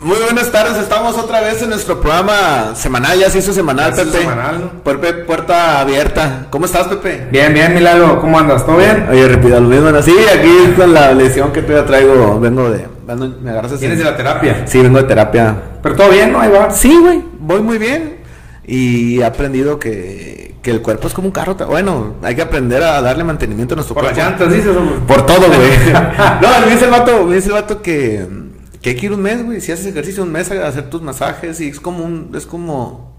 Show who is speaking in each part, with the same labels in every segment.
Speaker 1: Muy buenas tardes, estamos otra vez en nuestro programa semanal, ya se hizo semanal,
Speaker 2: Ya se hizo
Speaker 1: Pepe.
Speaker 2: semanal.
Speaker 1: Pepe, puerta abierta. ¿Cómo estás, Pepe?
Speaker 2: Bien, bien, mi Lalo, ¿cómo andas? ¿Todo bien?
Speaker 1: Oye, repito, lo mismo, así, aquí con la lesión que todavía traigo, vengo de... vengo- me agarras así.
Speaker 2: Vienes de la terapia.
Speaker 1: Sí, vengo de terapia.
Speaker 2: Pero todo bien, ¿no? Ahí va.
Speaker 1: Sí, güey, voy muy bien y he aprendido que, que el cuerpo es como un carro. ta- Bueno, hay que aprender a darle mantenimiento a nuestro
Speaker 2: Por las
Speaker 1: cuerpo.
Speaker 2: llantas, dices. hombre.
Speaker 1: Por todo, güey. no, me dice el vato, me dice el vato que, que hay que ir un mes, güey. Si haces ejercicio un mes a hacer tus masajes y es como un, es como,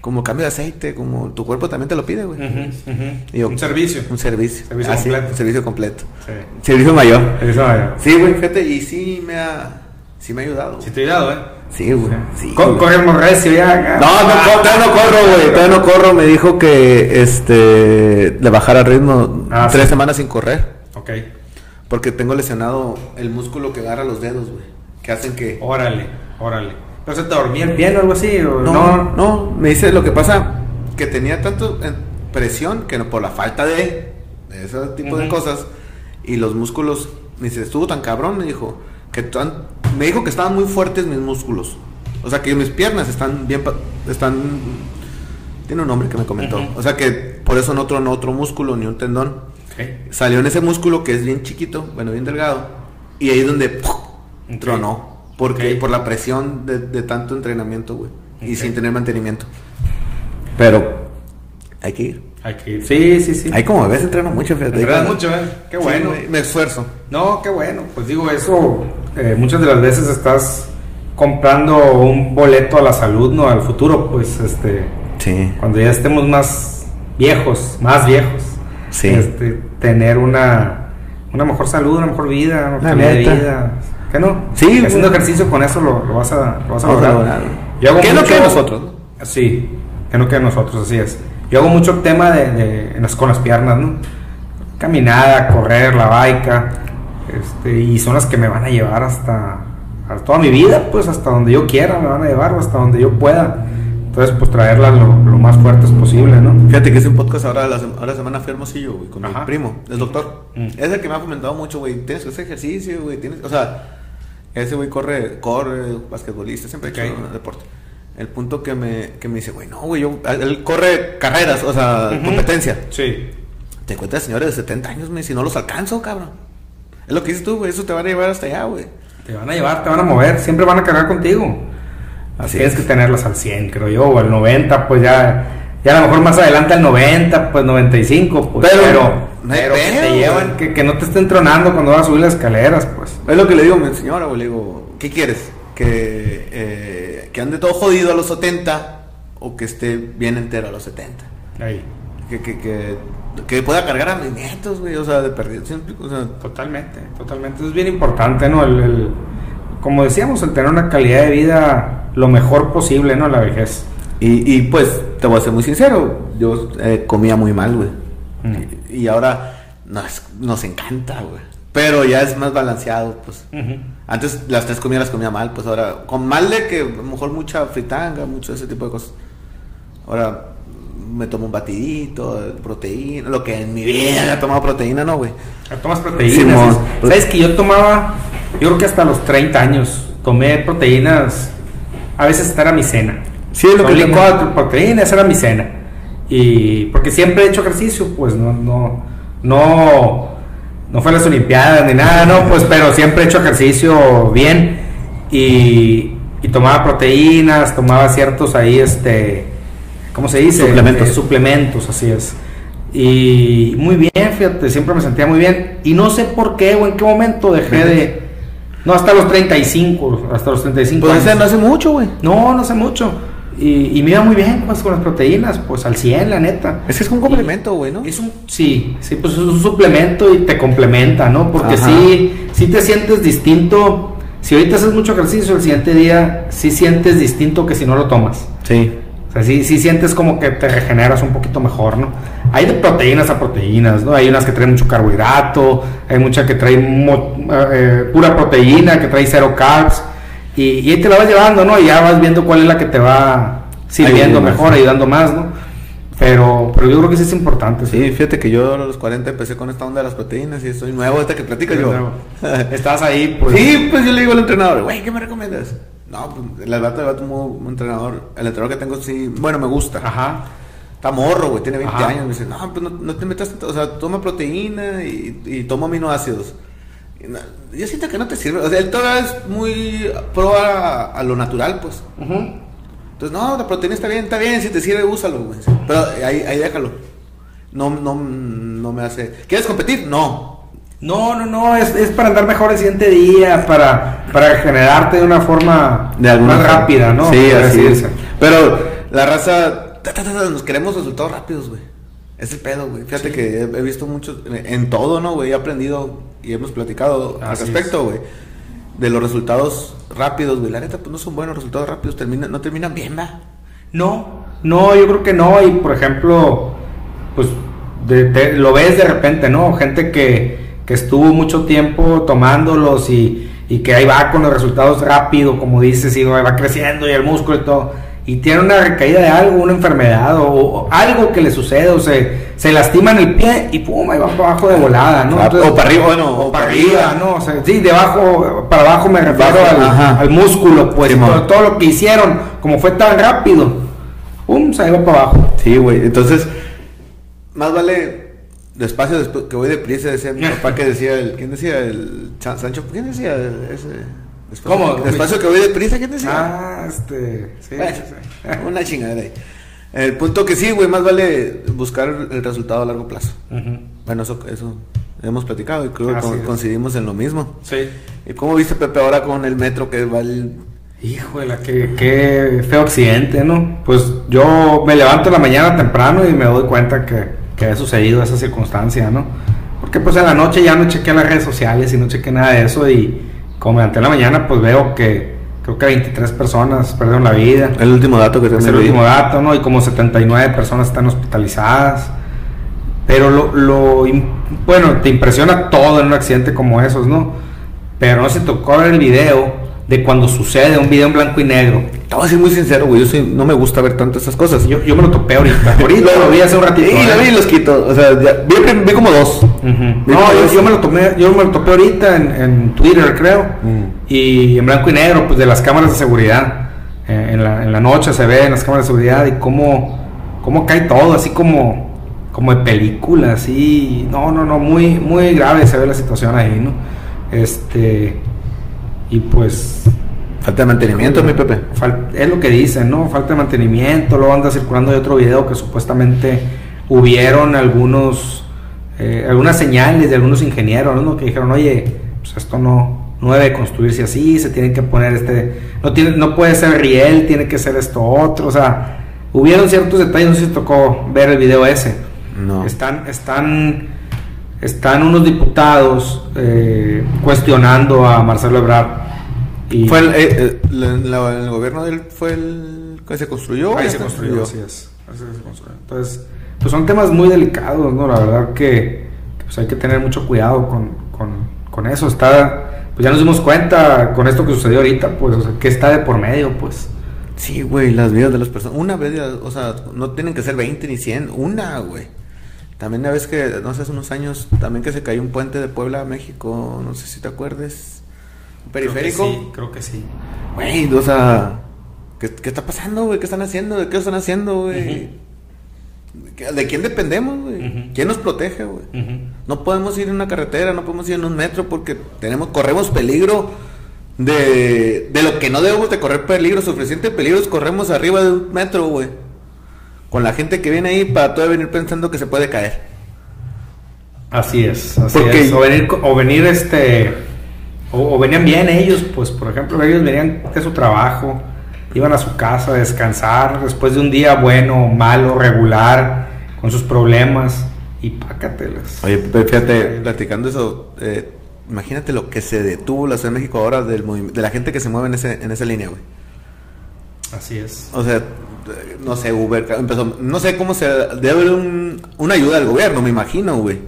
Speaker 1: como cambio de aceite, como tu cuerpo también te lo pide, güey.
Speaker 2: Ujú, ujú.
Speaker 1: Y yo-
Speaker 2: Un servicio.
Speaker 1: Un servicio.
Speaker 2: Servicio
Speaker 1: Así,
Speaker 2: completo.
Speaker 1: Un servicio completo.
Speaker 2: Sí.
Speaker 1: Servicio mayor.
Speaker 2: Eso, eh. vaya.
Speaker 1: Sí, güey, fíjate, y sí me ha, sí me ha ayudado.
Speaker 2: Sí, te he ayudado, ¿eh?
Speaker 1: Sí, güey. Sí,
Speaker 2: Co-
Speaker 1: güey.
Speaker 2: Corremos recio ya. Ah.
Speaker 1: No, no, co- todavía no corro, güey. Todavía no corro. Me dijo que este le bajara el ritmo
Speaker 2: Ah,
Speaker 1: tres
Speaker 2: sí.
Speaker 1: semanas sin correr.
Speaker 2: Ok,
Speaker 1: Porque tengo lesionado el músculo que agarra los dedos, güey. Que hacen que.
Speaker 2: órale, órale. ¿Pero se te dormía el pie o algo así? o
Speaker 1: No, no, Me dice lo que pasa. Que tenía tanto eh, presión que no- por la falta de, de ese tipo de
Speaker 2: Ujú.
Speaker 1: cosas. Y los músculos. Me dice, estuvo tan cabrón. Me dijo. Que tan- me dijo que estaban muy fuertes mis músculos. O sea que mis piernas están bien. pa- Están Tiene un nombre que me comentó.
Speaker 2: Ujú.
Speaker 1: O sea que por eso no tronó otro músculo ni un tendón.
Speaker 2: Ok,
Speaker 1: Salió en ese músculo que es bien chiquito, bueno, bien delgado. Y ahí es donde ¡puf!
Speaker 2: Ok.
Speaker 1: tronó. Porque
Speaker 2: Ok.
Speaker 1: por la presión de, de tanto entrenamiento, güey. Y
Speaker 2: Ok.
Speaker 1: sin tener mantenimiento. Pero hay que ir.
Speaker 2: hay que ir. Sí, sí, sí.
Speaker 1: Ahí como ves entreno mucho, fíjate.
Speaker 2: Te entrenas
Speaker 1: Ahí
Speaker 2: mucho, ¿eh? Qué
Speaker 1: Sí,
Speaker 2: bueno.
Speaker 1: güey, me esfuerzo.
Speaker 2: No, qué bueno. Pues digo, eso eh, muchas de las veces estás comprando un boleto a la salud, ¿no? Al futuro, pues, este,
Speaker 1: Sí.
Speaker 2: cuando ya estemos más viejos, más viejos.
Speaker 1: Sí.
Speaker 2: Este, tener una, una mejor salud, una mejor vida, una mejor
Speaker 1: La
Speaker 2: calidad
Speaker 1: neta.
Speaker 2: de vida. ¿Qué no?
Speaker 1: Sí,
Speaker 2: Haciendo
Speaker 1: güey.
Speaker 2: ejercicio con eso lo, lo vas a, lo vas a
Speaker 1: Vamos a
Speaker 2: lograr.
Speaker 1: lograr.
Speaker 2: Yo hago
Speaker 1: ¿Qué no
Speaker 2: mucho-
Speaker 1: que nosotros? no?
Speaker 2: Sí, que no queda nosotros, así es. Yo hago mucho tema de, de- en las- con las piernas, ¿no? Caminada, correr, la baica, este, y son las que me van a llevar hasta, hasta toda mi vida, pues hasta donde yo quiera me van a llevar o hasta donde yo pueda. Entonces, pues traerlas lo, lo más fuertes posible, ¿no?
Speaker 1: Fíjate que hice un podcast ahora la, sem- ahora semana fui a Hermosillo, güey, con mi
Speaker 2: Ajá.
Speaker 1: primo, es doctor.
Speaker 2: Mm.
Speaker 1: Es el que me ha fomentado mucho, güey. Tienes que hacer ejercicio, güey. Tienes, o sea, ese güey corre, corre, basquetbolista, siempre que
Speaker 2: Ok.
Speaker 1: deporte. El punto que me, que me dice, güey, no, güey, yo, él corre carreras, o sea,
Speaker 2: Ujú.
Speaker 1: competencia.
Speaker 2: Sí.
Speaker 1: Te encuentras señores de 70 años, me dice, no los alcanzo, cabrón. Es lo que dices tú, güey, eso te van a llevar hasta allá, güey.
Speaker 2: Te van a llevar, te van a mover, siempre van a cargar contigo.
Speaker 1: Así
Speaker 2: Así Tienes
Speaker 1: es.
Speaker 2: que tenerlas al 100, creo yo, o al 90, pues ya, ya a lo mejor más adelante al 90, pues 95, pues.
Speaker 1: Pero-
Speaker 2: Pero, pero,
Speaker 1: no hay
Speaker 2: que
Speaker 1: pedo,
Speaker 2: te
Speaker 1: güey.
Speaker 2: llevan, que, que no te estén tronando cuando vas a subir las escaleras, pues.
Speaker 1: Es lo que le digo a mi señora, güey. Le digo, ¿qué quieres? Que, eh, que ande todo jodido a los 70 o que esté bien entero a los 70.
Speaker 2: Ahí,
Speaker 1: Que, que, que, que pueda cargar a mis nietos, güey. O sea, de perdido. ¿sí me explico? O sea,
Speaker 2: totalmente, totalmente. Eso es bien importante, ¿no? El, el- como decíamos, el tener una calidad de vida lo mejor posible, ¿no? La vejez.
Speaker 1: y, y, pues, te voy a ser muy sincero. Yo eh, comía muy mal, güey.
Speaker 2: Mm.
Speaker 1: Y, y ahora nos, nos encanta, güey. Pero ya es más balanceado, pues. Antes las tres comidas las comía mal, pues ahora, con mal de que a lo mejor mucha fritanga, mucho ese tipo de cosas. Ahora me tomo un batidito, eh, proteína, lo que en mi vida había tomado proteína, no, güey.
Speaker 2: Tomas proteínas.
Speaker 1: Simón.
Speaker 2: ¿sabes? Sabes que yo tomaba, yo creo que hasta los 30 años, tomé proteínas, a veces esta era mi cena.
Speaker 1: Sí, es lo
Speaker 2: Son
Speaker 1: que
Speaker 2: licuado
Speaker 1: también-
Speaker 2: de "Ah, proteína, esa era mi cena. Y porque siempre he hecho ejercicio, pues no, no, no, no fue a las olimpiadas ni nada, no, pues, pero siempre he hecho ejercicio bien. Y, y tomaba proteínas, tomaba ciertos ahí, este, ¿cómo se dice?
Speaker 1: Suplementos.
Speaker 2: Eh, suplementos, así es. Y muy bien, fíjate, siempre me sentía muy bien. Y no sé por qué o en qué momento dejé de... No, hasta los 35, hasta los 35.
Speaker 1: Pues
Speaker 2: años.
Speaker 1: ese no hace mucho, güey.
Speaker 2: No, no sé mucho. Y, y me iba muy bien pues, con las proteínas, pues al 100, la neta.
Speaker 1: Es que es un complemento, güey, ¿no?
Speaker 2: Es un, sí, sí, pues es un suplemento y te complementa, ¿no? Porque
Speaker 1: Ajá.
Speaker 2: sí, sí te sientes distinto. Si ahorita haces mucho ejercicio, el siguiente día sí sientes distinto que si no lo tomas.
Speaker 1: Sí.
Speaker 2: O sea, sí, sí sientes como que te regeneras un poquito mejor, ¿no? Hay de proteínas a proteínas, ¿no? Hay unas que traen mucho carbohidrato, hay muchas que traen mo- eh, pura proteína, que trae cero carbs, y, y ahí te la vas llevando, ¿no? Y ya vas viendo cuál es la que te va sirviendo
Speaker 1: Ayudando más.
Speaker 2: mejor, ayudando más, ¿no? Pero, pero yo creo que sí es importante.
Speaker 1: Sí, fíjate que yo a los 40 empecé con esta onda de las proteínas y soy nuevo, esta que platico yo.
Speaker 2: Estás ahí, pues.
Speaker 1: sí, pues yo le digo al entrenador, güey, ¿qué me recomiendas? No, pues el vato, el vato muy, muy entrenador. El entrenador que tengo sí, bueno, me gusta.
Speaker 2: Ajá.
Speaker 1: Está morro, güey, tiene 20
Speaker 2: Ajá.
Speaker 1: años. Me dice, no, pues no, no te metas, tanto, o sea, toma proteína y, y toma aminoácidos. Y no- yo siento que no te sirve. O sea, él todavía es muy pro a, a lo natural, pues.
Speaker 2: Ujú.
Speaker 1: Entonces, no, la proteína está bien, está bien, si te sirve, úsalo, güey. Pero ahí, ahí déjalo. No, no, no me hace. ¿Quieres competir? No.
Speaker 2: No, no, no, es, es para andar mejor el siguiente día, para, para generarte de una forma más
Speaker 1: forma.
Speaker 2: rápida, ¿no?
Speaker 1: Sí,
Speaker 2: Por
Speaker 1: así es.
Speaker 2: decirse.
Speaker 1: Pero la raza, ta, ta, ta, ta, nos queremos resultados rápidos, güey. Es el pedo, güey. Fíjate que he, he visto muchos, en, en todo, ¿no, güey? He aprendido y hemos platicado
Speaker 2: Así
Speaker 1: al respecto, güey. De los resultados rápidos, güey. La neta, pues no son buenos resultados rápidos, terminan, no terminan bien, ¿verdad?
Speaker 2: No, no, yo creo que no. Y por ejemplo, pues de- te- lo ves de repente, ¿no? Gente que, que estuvo mucho tiempo tomándolos y, y que ahí va con los resultados rápido, como dices, y va creciendo y el músculo y todo. Y tiene una recaída de algo, una enfermedad o, o algo que le sucede, o se, se lastiman el pie y pum, ahí va para abajo de volada, ¿no?
Speaker 1: Ah, o para arriba, bueno,
Speaker 2: o para arriba, ¿no? O sea, sí, de abajo para abajo me refiero
Speaker 1: Bajo,
Speaker 2: al-
Speaker 1: ajá.
Speaker 2: al músculo, pues
Speaker 1: Simón.
Speaker 2: todo, todo lo que hicieron, como fue tan rápido, pum, se iba para abajo.
Speaker 1: Sí, güey. Entonces, más vale despacio después que voy deprisa, decía mi papá que decía el. ¿Quién decía el Chan- Sancho? ¿Quién decía el- ese? Despacio,
Speaker 2: ¿Cómo?
Speaker 1: Despacio que voy deprisa, ¿quién decía?
Speaker 2: Ah, este, sí,
Speaker 1: Bueno,
Speaker 2: sí, sí.
Speaker 1: una chingadera ahí. El punto que sí, güey, más vale buscar el resultado a largo plazo.
Speaker 2: Ujú.
Speaker 1: Bueno, eso, eso hemos platicado y creo que
Speaker 2: Así
Speaker 1: co-
Speaker 2: es.
Speaker 1: coincidimos en lo mismo.
Speaker 2: Sí.
Speaker 1: ¿Y cómo viste Pepe ahora con el metro que va el...
Speaker 2: Híjole, qué, qué feo accidente, ¿no? Pues yo me levanto en la mañana temprano y me doy cuenta que, que ha sucedido esa circunstancia, ¿no? Porque pues en la noche ya no chequé las redes sociales y no chequé nada de eso y como me levanté en la mañana pues veo que creo que 23 personas perdieron la vida.
Speaker 1: El último dato que
Speaker 2: Es
Speaker 1: tenemos.
Speaker 2: el último dato, ¿no? Y como 79 personas están hospitalizadas. Pero lo, lo im- bueno, te impresiona todo en un accidente como esos, ¿no? Pero no se tocó ver el video de cuando sucede, un video en blanco y negro.
Speaker 1: Te voy a ser muy sincero, güey. Yo soy- no me gusta ver tanto esas cosas.
Speaker 2: Yo, yo me lo topé ahorita. Ahorita lo vi hace un ratito.
Speaker 1: Sí,
Speaker 2: ¿eh?
Speaker 1: lo vi y los quito. O sea, ya- vi, prim- vi como dos.
Speaker 2: Ujú. No, yo, yo me lo tomé, yo me lo topé ahorita en, en Twitter, creo.
Speaker 1: Mm.
Speaker 2: Y en blanco y negro, pues de las cámaras de seguridad. Eh, en, la, en la noche se ve en las cámaras de seguridad y cómo, cómo cae todo, así como, como de película, así. No, no, no, muy, muy grave se ve la situación ahí, ¿no? Este. Y pues.
Speaker 1: Falta de mantenimiento, mi Pepe.
Speaker 2: fal- es lo que dicen, ¿no? Falta de mantenimiento. Luego anda circulando de otro video que supuestamente hubieron algunos. eh, algunas señales de algunos ingenieros, ¿no? Que dijeron, oye, pues esto no, no debe construirse así, se tienen que poner este. No, tiene, no puede ser riel, tiene que ser esto otro. O sea, hubieron ciertos detalles, no sé si tocó ver el video ese.
Speaker 1: No.
Speaker 2: Están, están, están unos diputados eh, cuestionando a Marcelo Ebrard. Y
Speaker 1: Fue el, eh, eh, la- la- el gobierno de él fue el que se construyó.
Speaker 2: Ahí
Speaker 1: ya
Speaker 2: se
Speaker 1: está?
Speaker 2: construyó, así es. Así se construyó. Entonces, pues son temas muy delicados, ¿no? La verdad que que, pues, hay que tener mucho cuidado con, con- con eso. Está, pues ya nos dimos cuenta con esto que sucedió ahorita, pues, o sea, que está de por medio, pues.
Speaker 1: Sí, güey, las vidas de las personas. Una vez, o sea, no tienen que ser 20 ni 100. Una, güey. También una vez que, no sé, hace unos años, también que se cayó un puente de Puebla a México. No sé si te acuerdes. Un Periférico.
Speaker 2: creo que sí.
Speaker 1: Güey, o sea, ¿qué, qué está pasando, güey? ¿Qué están haciendo? ¿De qué están haciendo, güey? ¿De quién dependemos, güey?
Speaker 2: Ujú.
Speaker 1: ¿Quién nos protege, güey? No podemos ir en una carretera, no podemos ir en un metro porque tenemos, corremos peligro de, de lo que no debemos de correr peligro. Suficiente peligros corremos arriba de un metro, güey. Con la gente que viene ahí para todavía venir pensando que se puede caer.
Speaker 2: Así es, así
Speaker 1: Porque-
Speaker 2: es. O venir, co- o venir este. O, o venían bien ellos, pues, por ejemplo, ellos venían de su trabajo, iban a su casa a descansar después de un día bueno, malo, regular, con sus problemas, y pácatelas.
Speaker 1: Oye, Pepe, fíjate, platicando eso, eh, imagínate lo que se detuvo la Ciudad de México ahora del movim- de la gente que se mueve en, ese, en esa línea, güey.
Speaker 2: Así es.
Speaker 1: O sea, eh, no sé, Uber ca- empezó. No sé cómo se. Debe haber un- una ayuda del gobierno, me imagino, güey.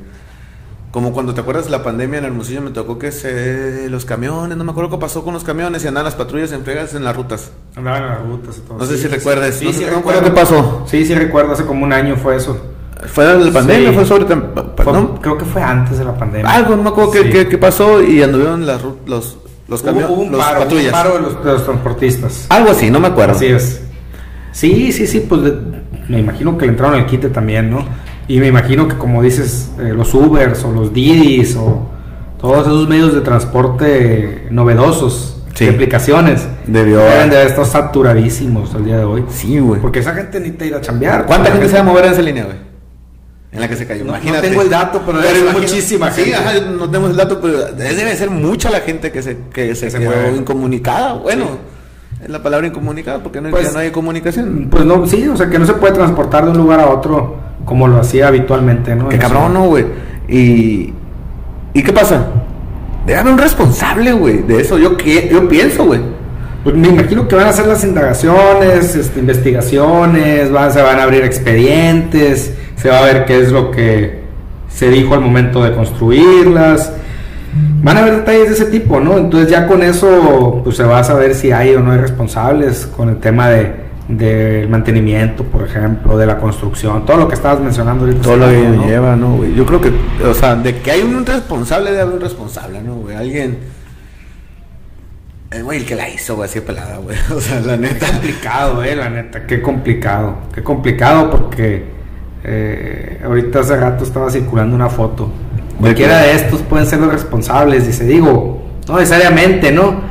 Speaker 1: Como cuando te acuerdas la pandemia en Hermosillo, me tocó que se. Los camiones, no me acuerdo qué pasó con los camiones y andaban las patrullas en fregas en las rutas.
Speaker 2: Andaban en las rutas y todo.
Speaker 1: No sé
Speaker 2: Sí,
Speaker 1: si
Speaker 2: sí,
Speaker 1: recuerdes,
Speaker 2: Sí,
Speaker 1: no
Speaker 2: sí,
Speaker 1: sé- no
Speaker 2: recuerdo.
Speaker 1: recuerdo qué pasó.
Speaker 2: Sí, sí, recuerdo, hace como un año fue eso.
Speaker 1: ¿Fue la pandemia?
Speaker 2: Sí.
Speaker 1: ¿Fue sobre. tem- pa- pa-
Speaker 2: Fue-
Speaker 1: no?
Speaker 2: Creo que fue antes de la pandemia.
Speaker 1: Algo, no me acuerdo qué,
Speaker 2: Sí.
Speaker 1: qué- qué pasó y anduvieron las ru- los, Los
Speaker 2: Hubo,
Speaker 1: camiones,
Speaker 2: hubo un,
Speaker 1: los
Speaker 2: paro, hubo un
Speaker 1: patrullas.
Speaker 2: paro de los, de los transportistas.
Speaker 1: Algo así, no me acuerdo.
Speaker 2: Así es. Sí, sí, sí, pues de- me imagino que le entraron al quite también, ¿no? Y me imagino que como dices, eh, los Ubers o los Didis o todos esos medios de transporte novedosos,
Speaker 1: Sí.
Speaker 2: de aplicaciones,
Speaker 1: Debió-
Speaker 2: deben de haber estado saturadísimos al día de hoy.
Speaker 1: Sí, güey.
Speaker 2: Porque esa gente ni te irá a chambear.
Speaker 1: ¿Cuánta
Speaker 2: La
Speaker 1: gente se va a mover en esa línea, güey? En la que se cayó.
Speaker 2: No- no
Speaker 1: Imagínate.
Speaker 2: tengo el dato, pero debe ser muchísima
Speaker 1: Sí,
Speaker 2: gente.
Speaker 1: ajá, no tenemos el dato, pero debe ser mucha la gente que se, que se,
Speaker 2: se
Speaker 1: quedó
Speaker 2: mueve.
Speaker 1: incomunicada. Bueno, es la palabra incomunicada porque no,
Speaker 2: Pues-
Speaker 1: ya no hay comunicación.
Speaker 2: Pues no, sí, o sea que no se puede transportar de un lugar a otro como lo hacía habitualmente, ¿no?
Speaker 1: Qué
Speaker 2: En
Speaker 1: cabrón,
Speaker 2: eso.
Speaker 1: ¿no, güey? ¿Y, ¿Y qué pasa? Debe haber un responsable, güey, de eso. Yo, que, yo pienso, güey.
Speaker 2: Pues me imagino que van a hacer las indagaciones, este, investigaciones, van, se van a abrir expedientes, se va a ver qué es lo que se dijo al momento de construirlas. Van a haber detalles de ese tipo, ¿no? Entonces ya con eso pues se va a saber si hay o no hay responsables con el tema de, del mantenimiento, por ejemplo, de la construcción, todo lo que estabas mencionando ahorita.
Speaker 1: Todo lo que
Speaker 2: ¿no?
Speaker 1: lleva, ¿no, güey? Yo creo que, o sea, de que hay un responsable, debe haber un responsable, ¿no, güey? Alguien. Eh, Güey, el que la hizo, güey, así de pelada, güey. O sea, la
Speaker 2: Qué
Speaker 1: neta.
Speaker 2: complicado, eh, la neta, qué complicado, qué complicado porque eh, ahorita hace rato estaba circulando una foto. Cualquiera
Speaker 1: qué?
Speaker 2: de estos pueden ser los responsables, dice, digo, no necesariamente, ¿no?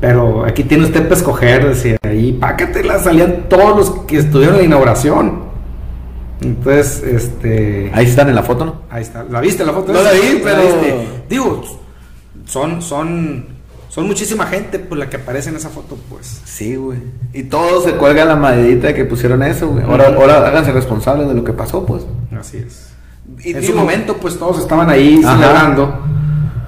Speaker 2: Pero aquí tiene usted para escoger, decía, y pácatela, salían todos los que estuvieron en la inauguración. Entonces, este...
Speaker 1: Ahí están en la foto, ¿no?
Speaker 2: Ahí está. ¿La viste la foto?
Speaker 1: No la vi, pero-
Speaker 2: Digo, son, son, son muchísima gente por la que aparece en esa foto, pues.
Speaker 1: Sí, güey. Y todos se cuelgan la maderita que pusieron eso, güey. Ahora,
Speaker 2: Ujú.
Speaker 1: ahora háganse responsables de lo que pasó, pues.
Speaker 2: Así es.
Speaker 1: Y
Speaker 2: en
Speaker 1: digo-
Speaker 2: su momento, pues todos estaban ahí
Speaker 1: Ajá.
Speaker 2: celebrando.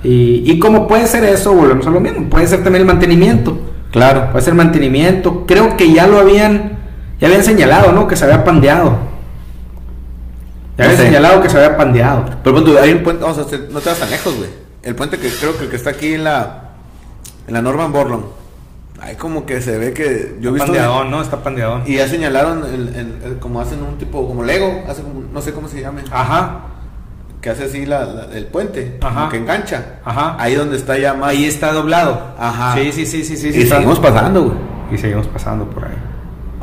Speaker 2: Y, y como puede ser eso, volvemos a lo mismo. Puede ser también el mantenimiento.
Speaker 1: Claro.
Speaker 2: Puede ser mantenimiento. Creo que ya lo habían, ya habían señalado, ¿no? Que se había pandeado. Ya
Speaker 1: No
Speaker 2: habían
Speaker 1: sé.
Speaker 2: señalado que se había pandeado.
Speaker 1: Pero pon tú, hay un puente, o sea, se- no te vas tan lejos, güey. El puente que creo que el que está aquí en la en la Norman Borlon. Ahí como que se ve que yo he visto
Speaker 2: ¿no? Está pandeado.
Speaker 1: y ya señalaron el- el- el- como hacen un tipo como Lego, hace como, no sé cómo se llame,
Speaker 2: Ah. Ajá.
Speaker 1: que hace así la, la- el puente,
Speaker 2: Ajá. Ah.
Speaker 1: como que engancha.
Speaker 2: Ajá.
Speaker 1: Ahí donde está ya más
Speaker 2: Ahí está doblado.
Speaker 1: Ajá.
Speaker 2: Sí, sí, sí, sí, sí. sí,
Speaker 1: y
Speaker 2: está-
Speaker 1: seguimos pasando, güey.
Speaker 2: Y seguimos pasando por ahí.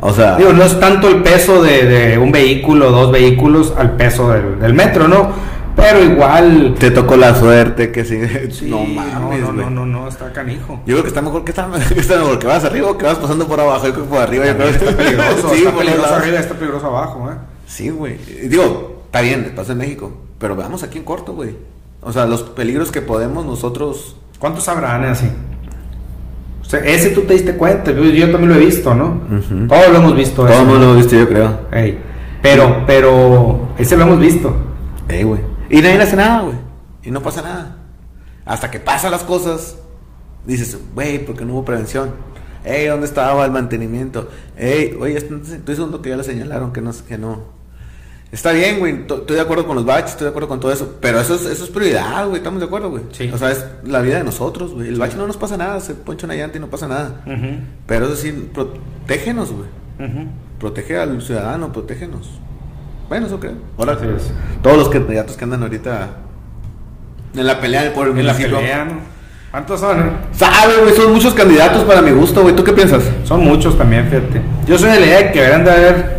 Speaker 1: O sea,
Speaker 2: Digo, no es tanto el peso de, de un vehículo, dos vehículos, al peso del, del metro, ¿no? Pero igual.
Speaker 1: te tocó la suerte que sí.
Speaker 2: Sí,
Speaker 1: no mames,
Speaker 2: No, no,
Speaker 1: güey.
Speaker 2: no, no, no, está canijo.
Speaker 1: Yo creo que está mejor que está, que está mejor que vas arriba o que vas pasando por abajo, yo creo que por arriba, yo creo que
Speaker 2: Está peligroso,
Speaker 1: Sí, por
Speaker 2: está
Speaker 1: los
Speaker 2: peligroso
Speaker 1: lados.
Speaker 2: arriba, está peligroso abajo, ¿eh?
Speaker 1: Sí, güey. Digo, está bien, pasa en México. Pero veamos aquí en corto, güey. O sea, los peligros que podemos nosotros.
Speaker 2: ¿Cuántos sabrán eh, así? O sea, ese tú te diste cuenta, yo, yo también lo he visto, ¿no?
Speaker 1: Ujú.
Speaker 2: Todos lo hemos visto. eso, ¿no?
Speaker 1: lo viste, yo creo.
Speaker 2: Ey, Pero, pero, ese lo hemos visto.
Speaker 1: Ey, Eh, güey. Y nadie hace nada, güey. Y no pasa nada. Hasta que pasan las cosas, dices, güey, porque no hubo prevención. Ey, ¿dónde estaba el mantenimiento? Ey, oye, est- estoy segundo que ya le señalaron que no. Que no. Está bien, güey. to- Estoy de acuerdo con los baches, estoy de acuerdo con todo eso. Pero eso es, eso es prioridad, güey. Estamos de acuerdo, güey.
Speaker 2: Sí.
Speaker 1: O sea, es la vida de nosotros, güey. El bache no nos pasa nada. Se poncha una llanta y no pasa nada. Pero eso sí, protégenos, güey. Protege al ciudadano, protégenos. Bueno, eso creo. Ahora,
Speaker 2: Así es.
Speaker 1: todos los candidatos que andan ahorita en la pelea por el
Speaker 2: En la
Speaker 1: municipio.
Speaker 2: pelea, ¿no? ¿Cuántos son? eh?
Speaker 1: Sabe, güey, son muchos candidatos para mi gusto, güey. ¿Tú qué piensas?
Speaker 2: Son muchos también, fíjate. Yo soy de la idea de que deberían de haber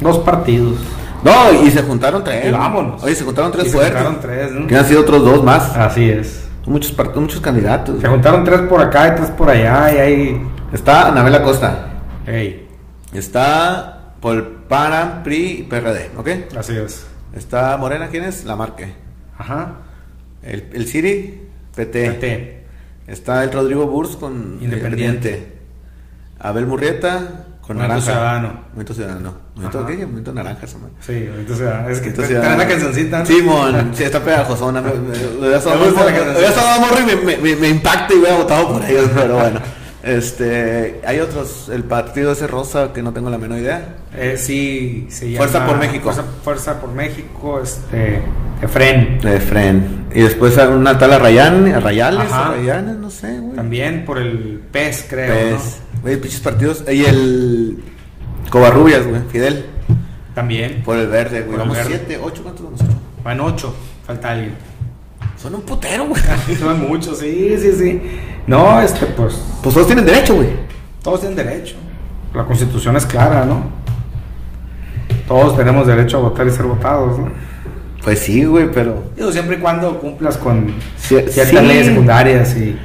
Speaker 2: dos partidos.
Speaker 1: No, y se juntaron tres.
Speaker 2: Y vámonos.
Speaker 1: Eh, Oye, se juntaron tres
Speaker 2: Y se
Speaker 1: fuertes.
Speaker 2: juntaron tres, ¿no?
Speaker 1: Que han sido otros dos más.
Speaker 2: Así es.
Speaker 1: Son muchos, par- muchos candidatos.
Speaker 2: Se juntaron tres por acá y tres por allá y ahí...
Speaker 1: Está Anabela Costa.
Speaker 2: Ey,
Speaker 1: Está por PARAN, PRI y PRD, ¿ok?
Speaker 2: así es.
Speaker 1: Está Morena, ¿quién es? La Marque.
Speaker 2: Ajá.
Speaker 1: El, el Siri, PT.
Speaker 2: Fíjate.
Speaker 1: Está el Rodrigo Burs con
Speaker 2: Independiente.
Speaker 1: Independiente. Abel Murrieta con
Speaker 2: Movimiento
Speaker 1: Naranja.
Speaker 2: Ciudadano.
Speaker 1: Movimiento Ciudadano. Movimiento,
Speaker 2: Ajá.
Speaker 1: ¿qué? Movimiento Naranja, esa madre.
Speaker 2: Sí, entonces ah, es que
Speaker 1: Movimiento
Speaker 2: te
Speaker 1: Ciudadano.
Speaker 2: la cancioncita. ¿no?
Speaker 1: Simón, sí, está pegajosona. Me- me- me- Ya
Speaker 2: Me gusta la
Speaker 1: estaba-
Speaker 2: canción.
Speaker 1: ya estaba morro y me, me, me, me impacta y hubiera votado por ellos, pero bueno. Este, hay otros, el partido ese rosa que no tengo la menor idea.
Speaker 2: Eh, sí, se llama...
Speaker 1: Fuerza por México.
Speaker 2: Fuerza, Fuerza por México, este... Efren.
Speaker 1: Efren. Y después a una tal Arrayán, Arrayales,
Speaker 2: Ajá.
Speaker 1: Arrayanes, no sé, güey.
Speaker 2: También por el PES, creo,
Speaker 1: Pues, güey, pinches partidos. Y el Covarrubias, güey, Fidel.
Speaker 2: ¿no? También.
Speaker 1: Por el verde,
Speaker 2: Por
Speaker 1: güey.
Speaker 2: el
Speaker 1: Vamos
Speaker 2: verde.
Speaker 1: siete, ocho, ¿cuántos vamos? Ocho.
Speaker 2: Van ocho. Falta alguien.
Speaker 1: Son un putero, güey.
Speaker 2: Son muchos, sí, sí, sí. No, este, pues
Speaker 1: Pues todos tienen derecho, güey.
Speaker 2: todos tienen derecho. La constitución es clara, ¿no? Todos tenemos derecho a votar y ser votados, ¿no?
Speaker 1: Pues sí, güey, pero.
Speaker 2: Digo, siempre y cuando cumplas con
Speaker 1: Sí,
Speaker 2: ciertas
Speaker 1: sí.
Speaker 2: leyes secundarias y,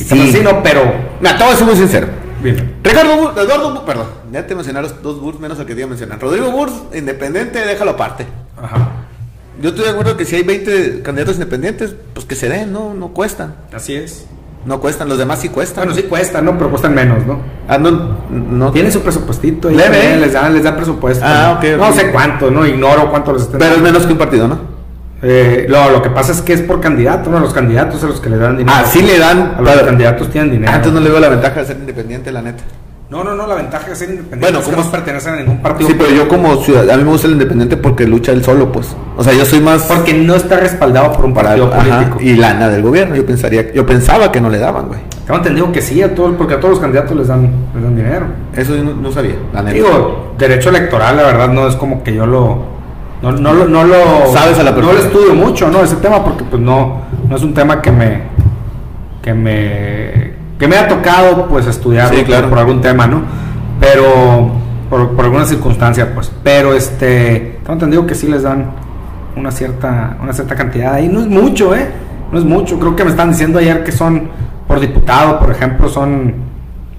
Speaker 2: y cosas así, ¿no? Pero,
Speaker 1: Mira, te voy a ser muy sincero.
Speaker 2: bien,
Speaker 1: Ricardo Bur- Eduardo Bur- perdón, ya te mencioné los dos Burs menos el que te iba a mencionar. Rodrigo Burs, independiente, déjalo aparte.
Speaker 2: ajá,
Speaker 1: Yo estoy de acuerdo que si hay 20 candidatos independientes, pues que se den, no, no cuestan.
Speaker 2: así es.
Speaker 1: No cuestan, los demás sí cuestan.
Speaker 2: Bueno, sí cuesta, ¿no? Pero cuestan menos, ¿no?
Speaker 1: Ah, no, no.
Speaker 2: Tienen su presupuestito y
Speaker 1: Leve.
Speaker 2: les dan, les dan presupuesto.
Speaker 1: Ah,
Speaker 2: ¿no?
Speaker 1: ok,
Speaker 2: No
Speaker 1: ok.
Speaker 2: sé cuánto, ¿no? Ignoro cuánto les están
Speaker 1: Pero es menos que un partido, ¿no?
Speaker 2: Eh, lo, lo que pasa es que es por candidato, ¿no? Los candidatos a los que le dan dinero.
Speaker 1: Ah, sí le dan,
Speaker 2: A los
Speaker 1: pero-
Speaker 2: candidatos tienen dinero.
Speaker 1: Antes no le veo la ventaja de ser independiente, la neta.
Speaker 2: No, no, no, la ventaja de ser independiente
Speaker 1: Bueno,
Speaker 2: es que
Speaker 1: ¿cómo
Speaker 2: no
Speaker 1: es?
Speaker 2: pertenecen a ningún partido.
Speaker 1: Sí, pero yo como ciudadano, a mí me gusta el independiente porque lucha él solo, pues. O sea, yo soy más
Speaker 2: Porque no está respaldado por un
Speaker 1: para-
Speaker 2: partido
Speaker 1: ajá,
Speaker 2: político.
Speaker 1: y lana del gobierno. Yo pensaría, yo pensaba que no le daban, güey.
Speaker 2: Tengo entendido que sí, a todos, porque a todos los candidatos les dan, les dan dinero.
Speaker 1: Eso yo no, no sabía, la neta.
Speaker 2: Digo, derecho electoral, la verdad, no es como que yo lo. No, no, lo- no lo.
Speaker 1: Sabes a la
Speaker 2: No lo
Speaker 1: perfección.
Speaker 2: estudio mucho, ¿no? Ese tema, porque pues no, no es un tema que me. que me. que me ha tocado, pues, estudiar
Speaker 1: Sí, claro.
Speaker 2: por algún tema, ¿no? Pero. por, por alguna circunstancia, pues. Pero este. Tengo entendido que sí les dan una cierta. una cierta cantidad ahí. No es mucho, ¿eh? No es mucho. Creo que me están diciendo ayer que son. por diputado, por ejemplo, son.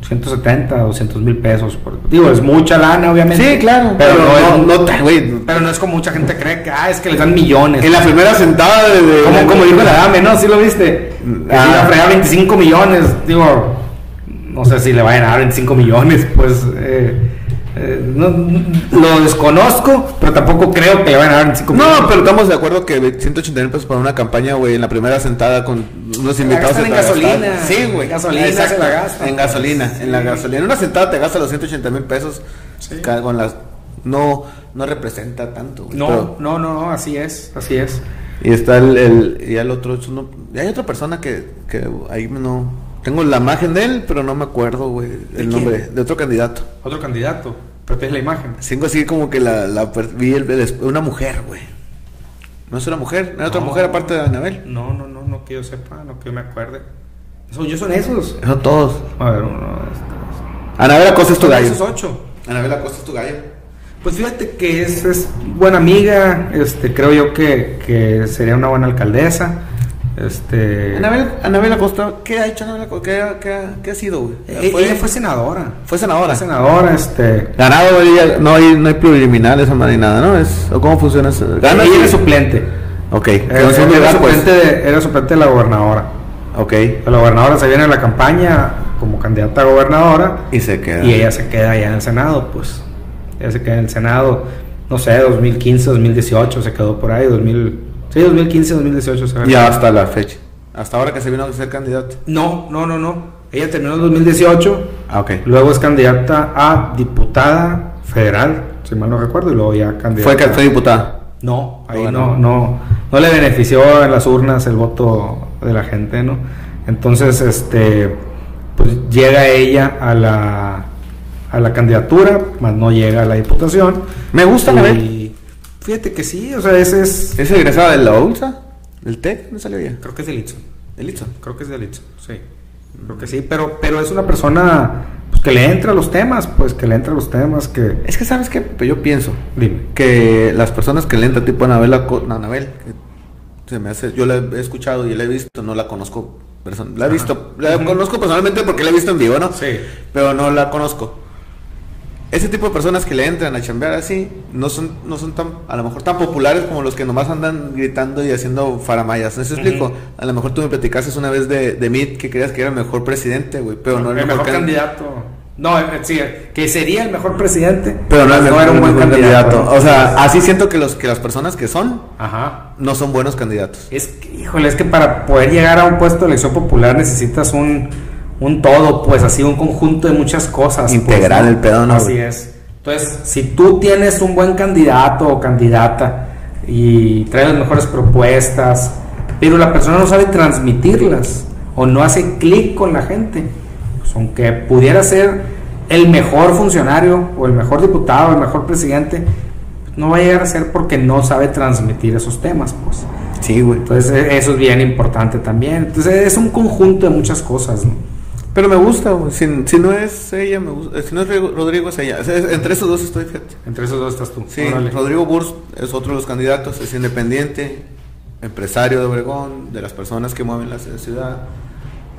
Speaker 2: 170, 200 mil pesos. por- digo, es mucha lana, obviamente.
Speaker 1: Sí, claro.
Speaker 2: Pero, no, es,
Speaker 1: no, no, te- güey.
Speaker 2: pero no es como mucha gente cree que, ah, es que les dan millones.
Speaker 1: En la primera sentada de. de-
Speaker 2: como,
Speaker 1: de-
Speaker 2: como dijo la dame, ¿no? Sí lo viste. Que
Speaker 1: Ah.
Speaker 2: se iba a fregar 25 millones. Digo, no sé si le vayan a dar 25 millones, pues. eh, eh, no- lo desconozco, pero tampoco creo que le vayan a dar 25 millones.
Speaker 1: No, pero estamos de acuerdo que 180 mil pesos para una campaña, güey, en la primera sentada con unos invitados.
Speaker 2: gastan
Speaker 1: se
Speaker 2: en
Speaker 1: te va a gastar.
Speaker 2: gasolina,
Speaker 1: Sí, güey.
Speaker 2: en gasolina
Speaker 1: Exacto,
Speaker 2: se la gastan,
Speaker 1: En
Speaker 2: pues.
Speaker 1: gasolina, en la gasolina. En una sentada te gastas los 180 mil pesos.
Speaker 2: Sí.
Speaker 1: ca- Con las, no, no representa tanto, güey.
Speaker 2: No,
Speaker 1: pero-
Speaker 2: no, no, no, así es, así es.
Speaker 1: y está el, el- y el otro, es uno- y hay otra persona que, que ahí no, tengo la imagen de él, pero no me acuerdo, güey, el
Speaker 2: quién?
Speaker 1: nombre, de otro candidato.
Speaker 2: Otro candidato, pero tienes la imagen.
Speaker 1: Tengo así como que la, la per- vi el- el- una mujer, güey. No es una mujer, no es otra
Speaker 2: No.
Speaker 1: mujer aparte de Anabel.
Speaker 2: No, no, no, no que yo sepa, no que yo me acuerde. Son, yo son esos.
Speaker 1: Son todos.
Speaker 2: A ver, uno, dos, tres.
Speaker 1: Anabel Acosta es tu
Speaker 2: Son
Speaker 1: gallo.
Speaker 2: esos ocho.
Speaker 1: Anabel Acosta es tu gallo.
Speaker 2: Pues fíjate que es, es buena amiga, este, creo yo que, que sería una buena alcaldesa. Este,
Speaker 1: Anabel, Anabel Acosta, ¿qué ha hecho Anabel Acosta? ¿Qué, ha- qué, ha- qué ha sido, güey?
Speaker 2: e-
Speaker 1: Eh, ¿Fue,
Speaker 2: ella fue senadora.
Speaker 1: fue senadora.
Speaker 2: Fue senadora, este.
Speaker 1: Ganado, güey, ya- no hay, no hay preliminar esa madre ni nada, ¿no? Es, ¿o ¿Cómo funciona eso? Gana
Speaker 2: ella
Speaker 1: y-
Speaker 2: era suplente.
Speaker 1: Ok,
Speaker 2: Era,
Speaker 1: quedó en segundo
Speaker 2: era
Speaker 1: lugar, pues.
Speaker 2: suplente de, era suplente de la gobernadora.
Speaker 1: Ok,
Speaker 2: La gobernadora se viene a la campaña como candidata a gobernadora.
Speaker 1: y se queda.
Speaker 2: Y ella se queda allá en el Senado, pues. Ella se queda en el Senado, no sé, 2015, 2018, se quedó por ahí, 2000, sí, 2015, 2018 se va.
Speaker 1: Ya hasta la fecha. Hasta ahora que se vino a ser candidato.
Speaker 2: No, no, no, no. Ella terminó en 2018,
Speaker 1: Ah, ok.
Speaker 2: luego es candidata a diputada federal, si mal no recuerdo, y luego ya candidata.
Speaker 1: Fue, que- fue diputada.
Speaker 2: No, ahí
Speaker 1: Bueno.
Speaker 2: no, no, no le benefició en las urnas el voto de la gente, ¿no? Entonces, este, pues llega ella a la, a la candidatura, más no llega a la diputación.
Speaker 1: Me gusta la vez.
Speaker 2: Y fíjate que sí, o sea, ese es,
Speaker 1: ¿Es egresada de la ULSA? ¿Del TEC? ¿No salió ya?
Speaker 2: creo que es del Itzo,
Speaker 1: ¿Del ITSO?
Speaker 2: creo que es del Itzo, sí, creo
Speaker 1: Mm.
Speaker 2: que sí, pero, pero es una persona pues, que le entra a los temas, pues que le entra a los temas, que,
Speaker 1: Es que, ¿sabes qué? Pues Yo pienso
Speaker 2: dime,
Speaker 1: que las personas que leen de tipo Anabel, Aco- no, Anabel, que se me hace, yo la he escuchado y la he visto, no la conozco. person- La he
Speaker 2: Ajá.
Speaker 1: visto, la
Speaker 2: Ujú.
Speaker 1: conozco personalmente porque la he visto en vivo, ¿no?
Speaker 2: Sí.
Speaker 1: Pero no la conozco. Ese tipo de personas que le entran a chambear así no son, no son tan, a lo mejor tan populares como los que nomás andan gritando y haciendo faramayas. ¿No se explico?
Speaker 2: Ujú.
Speaker 1: A lo mejor tú me platicaste una vez de, de Meade que creías que era el mejor presidente, güey, pero no
Speaker 2: el
Speaker 1: era
Speaker 2: mejor,
Speaker 1: can-
Speaker 2: candidato. No, eh, sí, que sería el mejor presidente,
Speaker 1: Pero no,
Speaker 2: era un buen candidato.
Speaker 1: O sea, así siento que, los, que las personas que son
Speaker 2: Ajá.
Speaker 1: no son buenos candidatos.
Speaker 2: Es que, híjole, es que para poder llegar a un puesto de elección popular necesitas un, un todo, pues así, un conjunto de muchas cosas. pues,
Speaker 1: Integral el pedo, ¿no,
Speaker 2: Así
Speaker 1: güey?
Speaker 2: es. Entonces, si tú tienes un buen candidato o candidata y trae las mejores propuestas, pero la persona no sabe transmitirlas o no hace clic con la gente, pues aunque pudiera ser el mejor funcionario o el mejor diputado o el mejor presidente, no va a llegar a ser porque no sabe transmitir esos temas, pues.
Speaker 1: Sí, güey.
Speaker 2: Entonces e- eso es bien importante también. Entonces es un conjunto de muchas cosas, ¿no?
Speaker 1: Pero me gusta, güey. Si, si no es ella, me gusta. Si no es Rodrigo- Rodrigo, es ella. Es- es- entre esos dos estoy, fíjate.
Speaker 2: Entre esos dos estás tú.
Speaker 1: Sí,
Speaker 2: Órale.
Speaker 1: Rodrigo Burs es otro de los candidatos, es independiente, empresario de Obregón, de las personas que mueven la ciudad.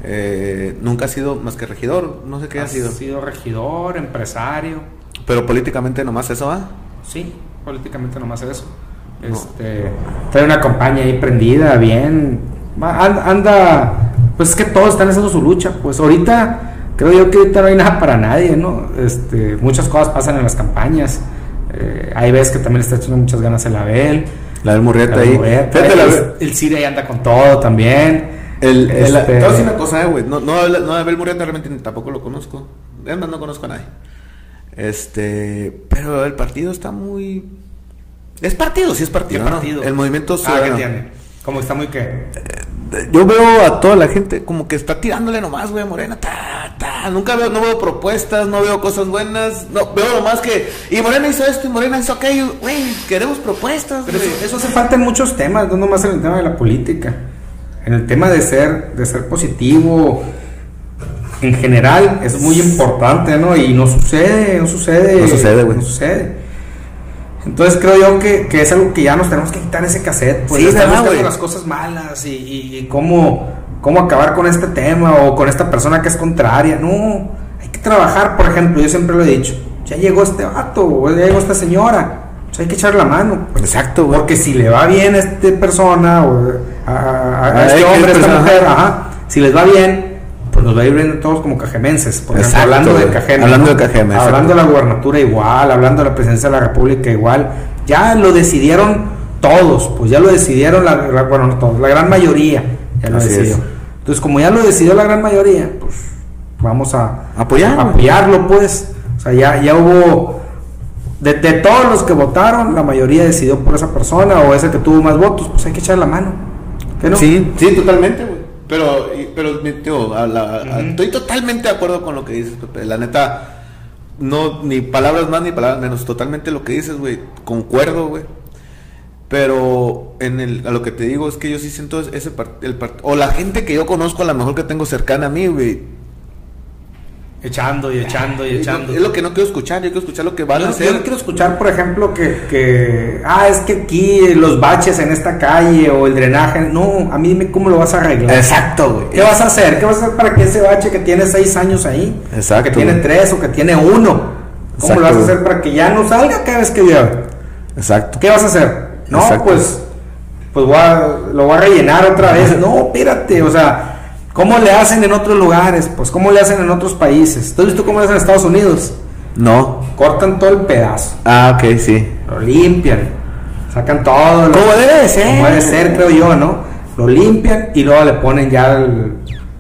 Speaker 1: Eh, nunca ha sido más que regidor, no sé qué ha
Speaker 2: Has
Speaker 1: sido.
Speaker 2: sido regidor, empresario.
Speaker 1: Pero políticamente nomás eso va.
Speaker 2: Sí, políticamente nomás eso.
Speaker 1: No.
Speaker 2: Este, trae una campaña ahí prendida, bien. Va- an- Anda, pues es que todos están haciendo su lucha. Pues ahorita, creo yo que ahorita no hay nada para nadie, ¿no? Este, muchas cosas pasan en las campañas. Eh, hay veces que también le está echando muchas ganas el Abel.
Speaker 1: La del Murrieta ahí.
Speaker 2: el Roberto,
Speaker 1: Fíjate, la-
Speaker 2: el, el Cire ahí anda con todo también.
Speaker 1: el- el-
Speaker 2: Este-
Speaker 1: te voy a decir una cosa, eh, güey. No, no, habla- no, Abel Murrieta realmente ni- tampoco lo conozco. Además, no conozco a nadie. Este. Pero el partido está muy. Es partido, sí es partido. ¿no? El movimiento
Speaker 2: Ah, que
Speaker 1: ciudadano.
Speaker 2: entiende. Como está muy que.
Speaker 1: Yo veo a toda la gente como que está tirándole nomás, güey, a Morena. Ta, ta. Nunca veo, no veo propuestas, no veo cosas buenas. No, veo nomás que. Y Morena hizo esto y Morena hizo aquello. Güey, queremos propuestas,
Speaker 2: Pero
Speaker 1: güey.
Speaker 2: eso, eso hace falta en muchos temas, no nomás en el tema de la política, en el tema de ser, de ser positivo en general es muy importante, ¿no? Y no sucede, no sucede.
Speaker 1: No sucede, güey.
Speaker 2: No sucede. Entonces creo yo que, que es algo que ya nos tenemos que quitar ese cassette, pues
Speaker 1: Sí,
Speaker 2: de estar
Speaker 1: ¿verdad,
Speaker 2: buscando
Speaker 1: güey?
Speaker 2: las cosas malas y, y- y cómo, cómo acabar con este tema o con esta persona que es contraria. No, hay que trabajar, por ejemplo, yo siempre lo he dicho, ya llegó este vato, o ya llegó esta señora, pues hay que echar la mano.
Speaker 1: Exacto, güey.
Speaker 2: Porque si le va bien a esta persona o a, a- a
Speaker 1: A
Speaker 2: este
Speaker 1: X
Speaker 2: hombre, a esta
Speaker 1: persona,
Speaker 2: mujer, ajá, si les va bien, pues nos va a ir bien a todos como cajemenses. Por ejemplo,
Speaker 1: Exacto,
Speaker 2: hablando de
Speaker 1: güey.
Speaker 2: Cajeme.
Speaker 1: Hablando de Cajeme, exacto.
Speaker 2: Hablando de la gubernatura igual, hablando de la presidencia de la República igual. Ya lo decidieron todos, pues ya lo decidieron, la, la- bueno, no todos, la gran mayoría ya lo
Speaker 1: Así es.
Speaker 2: decidió. Entonces, como ya lo decidió la gran mayoría, pues vamos a
Speaker 1: Apoyar, güey.
Speaker 2: apoyarlo, pues. O sea, ya, ya hubo. De, de todos los que votaron, la mayoría decidió por esa persona o ese que tuvo más votos, pues hay que echar la mano. ¿Qué no?
Speaker 1: Sí, sí, totalmente, güey. Pero, y- pero mi- digo, a la- a- estoy totalmente de acuerdo con lo que dices, Pepe. La neta, no, ni palabras más ni palabras menos. Totalmente lo que dices, güey. Concuerdo, güey. Pero en el, a lo que te digo es que yo sí siento es- ese par- el part- o la gente que yo conozco, a lo mejor que tengo cercana a mí, güey.
Speaker 3: Echando y echando y
Speaker 1: Es lo-
Speaker 3: echando.
Speaker 1: es lo que no quiero escuchar, yo quiero escuchar lo que van
Speaker 2: Yo
Speaker 1: a
Speaker 2: no,
Speaker 1: hacer.
Speaker 2: yo no quiero escuchar, por ejemplo, que, que, ah, es que aquí los baches en esta calle o el drenaje, no, a mí dime cómo lo vas a arreglar.
Speaker 1: Exacto, güey.
Speaker 2: ¿Qué vas a hacer? ¿Qué vas a hacer para que ese bache que tiene seis años ahí,
Speaker 1: Exacto,
Speaker 2: que tiene
Speaker 1: güey.
Speaker 2: tres o que tiene uno,
Speaker 1: Exacto,
Speaker 2: cómo lo vas a
Speaker 1: güey.
Speaker 2: hacer para que ya no salga cada vez que llueve?
Speaker 1: Exacto.
Speaker 2: ¿Qué vas a hacer? No,
Speaker 1: Exacto.
Speaker 2: pues, pues voy a- lo voy a rellenar otra vez. No, espérate, o sea, ¿cómo le hacen en otros lugares? Pues, ¿cómo le hacen en otros países? ¿Tú has visto cómo le hacen en Estados Unidos?
Speaker 1: No.
Speaker 2: Cortan todo el pedazo.
Speaker 1: Ah, ok, sí.
Speaker 2: Lo limpian, sacan todo. lo-
Speaker 1: Como debe de ser.
Speaker 2: Como debe ser, creo yo, ¿no? Lo limpian y luego le ponen ya el-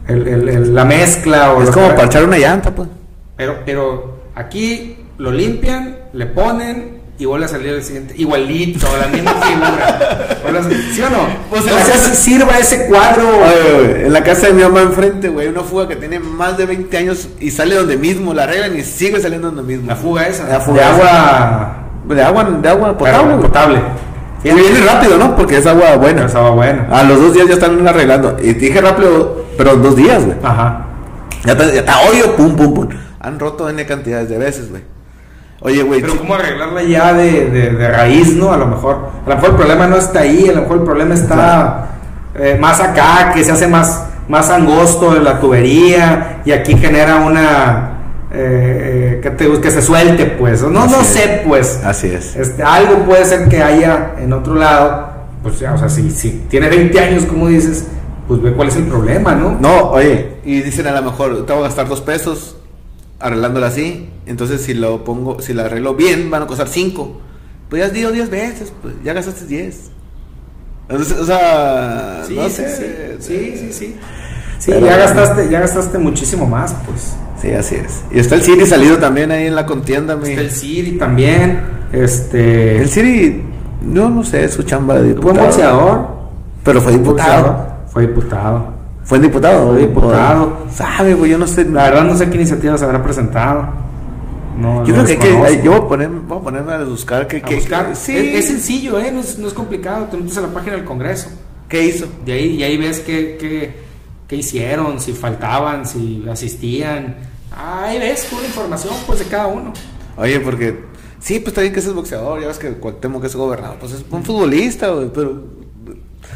Speaker 2: el- el- el- la mezcla. O
Speaker 1: Es
Speaker 2: lo
Speaker 1: como
Speaker 2: que-
Speaker 1: parchar una llanta, pues.
Speaker 2: Pero, pero aquí lo limpian, le ponen y vuelve a salir el siguiente. Igualito, la misma figura. Vuelve a salir- ¿Sí o no?
Speaker 1: Pues en
Speaker 2: o
Speaker 1: la
Speaker 2: sea,
Speaker 1: casa-
Speaker 2: si sirva ese cuadro.
Speaker 1: Oye, güey, en la casa de mi mamá enfrente, güey, hay una fuga que tiene más de 20 años y sale donde mismo, la arreglan y sigue saliendo donde mismo.
Speaker 2: La fuga esa.
Speaker 1: La fuga esa.
Speaker 2: de agua
Speaker 1: De agua, de agua potable.
Speaker 2: pero
Speaker 1: güey.
Speaker 2: potable.
Speaker 1: Y viene rápido, ¿no? Porque es agua
Speaker 2: Pero
Speaker 1: buena.
Speaker 2: estaba bueno.
Speaker 1: A los dos días ya están arreglando. Y dije rápido, pero en dos días, güey.
Speaker 2: Ajá.
Speaker 1: Ya está, ya está hoyo, pum, pum, pum. Han roto N cantidades de veces, güey. Oye, güey.
Speaker 2: Pero
Speaker 1: chi-
Speaker 2: cómo arreglarla ya de, de- de raíz, ¿no? A lo mejor. A lo mejor el problema no está ahí, a lo mejor el problema está eh, más acá, que se hace más, más angosto de la tubería y aquí genera una... eh, eh, que, te, que se suelte, pues. No, no
Speaker 1: Así es.
Speaker 2: sé, pues.
Speaker 1: Así es.
Speaker 2: Este, algo puede ser que haya en otro lado. Pues ya, o sea, si, si tiene 20 años, como dices, pues ve cuál es el problema, ¿no?
Speaker 1: No, oye, y dicen a lo mejor, te voy a gastar dos pesos arreglándola así. Entonces, si lo pongo, si la arreglo bien, van a costar cinco. Pues ya has dicho diez veces, pues ya gastaste diez. Entonces, o sea,
Speaker 2: Sí,
Speaker 1: no
Speaker 2: sí,
Speaker 1: sé.
Speaker 2: sí, sí, sí, sí. Sí,
Speaker 1: Pero
Speaker 2: ya
Speaker 1: bueno.
Speaker 2: gastaste, ya gastaste muchísimo más, pues.
Speaker 1: Sí, así es. Y está el Siri salido también ahí en la contienda, mi.
Speaker 2: Está el Siri también. Este.
Speaker 1: El Siri, yo no sé, su chamba de
Speaker 2: Fue un
Speaker 1: diputado.
Speaker 2: boxeador.
Speaker 1: Pero fue diputado.
Speaker 2: boxeador, Fue diputado.
Speaker 1: Fue diputado.
Speaker 2: Fue diputado.
Speaker 1: Sabe, güey, yo no sé.
Speaker 2: La verdad, no sé qué iniciativa se habrá presentado. No,
Speaker 1: Yo creo
Speaker 2: lo
Speaker 1: que, hay que- eh,
Speaker 2: desconozco.
Speaker 1: yo voy a, poner, voy a ponerme a buscar que,
Speaker 2: A
Speaker 1: que-
Speaker 2: buscar.
Speaker 1: sí.
Speaker 2: eh, Es, es sencillo, ¿eh? No es, no es complicado. Te metes a la página del Congreso.
Speaker 1: ¿Qué hizo?
Speaker 2: De ahí, y ahí ves qué, qué, qué hicieron, si faltaban, si asistían. Ahí ves pura información pues de cada uno.
Speaker 1: Oye, porque sí, pues está bien que es boxeador, ya ves que Cuauhtémoc que es gobernador, pues es un futbolista, güey, pero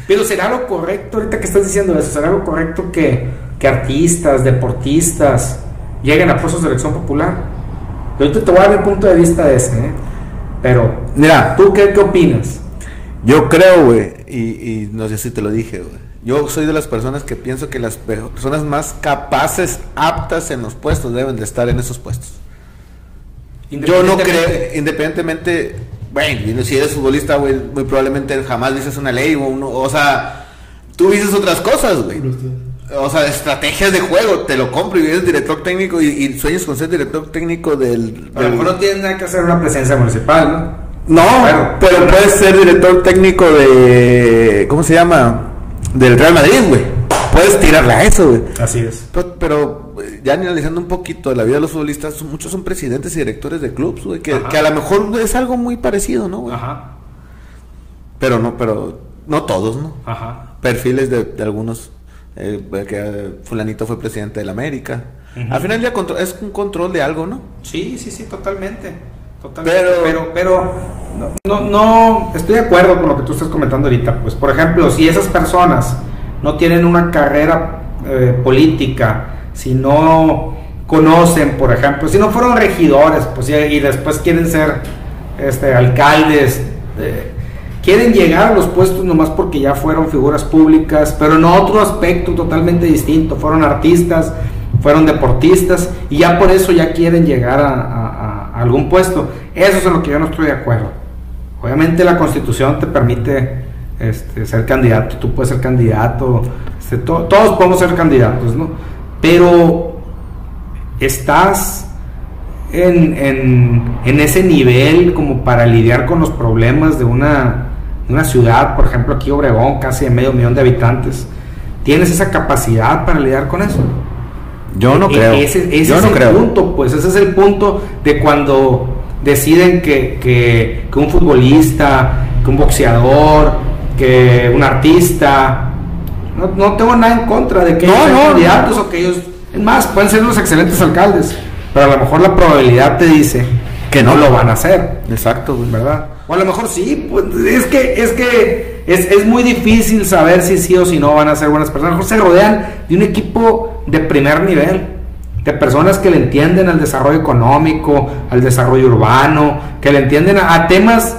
Speaker 2: Pero será lo correcto, ahorita que estás diciendo eso, será lo correcto que, que artistas, deportistas lleguen a puestos de elección popular. Yo ahorita te voy a dar mi punto de vista de ese, ¿eh? Pero,
Speaker 1: mira,
Speaker 2: ¿tú qué, qué opinas?
Speaker 1: yo creo, güey, y, y no sé si te lo dije, güey. Yo soy de las personas que pienso que las pe- personas más capaces, aptas en los puestos deben de estar en esos puestos. Yo no creo, independientemente, bueno, si eres futbolista, güey, muy probablemente jamás dices una ley o uno, o sea, tú dices otras cosas, güey. O sea, estrategias de juego, te lo compro y eres director técnico y, y sueñas con ser director técnico del...
Speaker 2: A lo
Speaker 1: del-
Speaker 2: mejor no tiene nada que hacer una presencia municipal, ¿no?
Speaker 1: No,
Speaker 2: Bueno,
Speaker 1: pero
Speaker 2: pero-
Speaker 1: puedes ser director técnico de... ¿Cómo se llama? Del Real Madrid, güey. Puedes tirarle a eso, güey.
Speaker 2: Así es.
Speaker 1: Pero, pero, eh, ya analizando un poquito la vida de los futbolistas, son- muchos son presidentes y directores de clubs, güey, que,
Speaker 2: Ajá.
Speaker 1: que a lo mejor es algo muy parecido, ¿no? güey?
Speaker 2: Ajá,
Speaker 1: Pero no, pero no todos, ¿no?
Speaker 2: ajá.
Speaker 1: Perfiles de, de algunos, eh, que eh, fulanito fue presidente de la América.
Speaker 2: Ujú.
Speaker 1: Al final ya contro- es un control de algo, ¿no?
Speaker 2: Sí, sí, sí, totalmente. totalmente.
Speaker 1: Pero-
Speaker 2: Pero, pero, no, no, no estoy de acuerdo con lo que tú estás comentando ahorita. Pues, por ejemplo, si esas personas no tienen una carrera eh, política, si no conocen, por ejemplo, si no fueron regidores, pues, y, y después quieren ser este, alcaldes, eh, quieren llegar a los puestos nomás porque ya fueron figuras públicas, pero en otro aspecto totalmente distinto, fueron artistas, fueron deportistas y ya por eso ya quieren llegar a, a- a algún puesto. Eso es en lo que yo no estoy de acuerdo. Obviamente la constitución te permite este, ser candidato, tú puedes ser candidato, este, to- todos podemos ser candidatos, ¿no? Pero estás en, en- en ese nivel como para lidiar con los problemas de una, de una ciudad, por ejemplo aquí Obregón, casi de medio millón de habitantes, ¿tienes esa capacidad para lidiar con eso?
Speaker 1: Yo no
Speaker 2: E-
Speaker 1: creo.
Speaker 2: Ese, ese
Speaker 1: Yo
Speaker 2: es
Speaker 1: no
Speaker 2: el
Speaker 1: creo.
Speaker 2: punto, pues ese es el punto de cuando deciden que, que- que un futbolista, que un boxeador, que un artista, no, no tengo nada en contra de que
Speaker 1: No,
Speaker 2: ellos sean
Speaker 1: no, no.
Speaker 2: candidatos o que ellos, es más, pueden ser unos excelentes alcaldes, pero a lo mejor la probabilidad te dice
Speaker 1: Que
Speaker 2: que
Speaker 1: no.
Speaker 2: no lo van a hacer.
Speaker 1: Exacto, güey.
Speaker 2: ¿verdad? O a lo mejor sí, pues es que es que es, es muy difícil saber si sí o si no van a ser buenas personas. A lo mejor se rodean de un equipo de primer nivel, de personas que le entienden al desarrollo económico, al desarrollo urbano, que le entienden a, a temas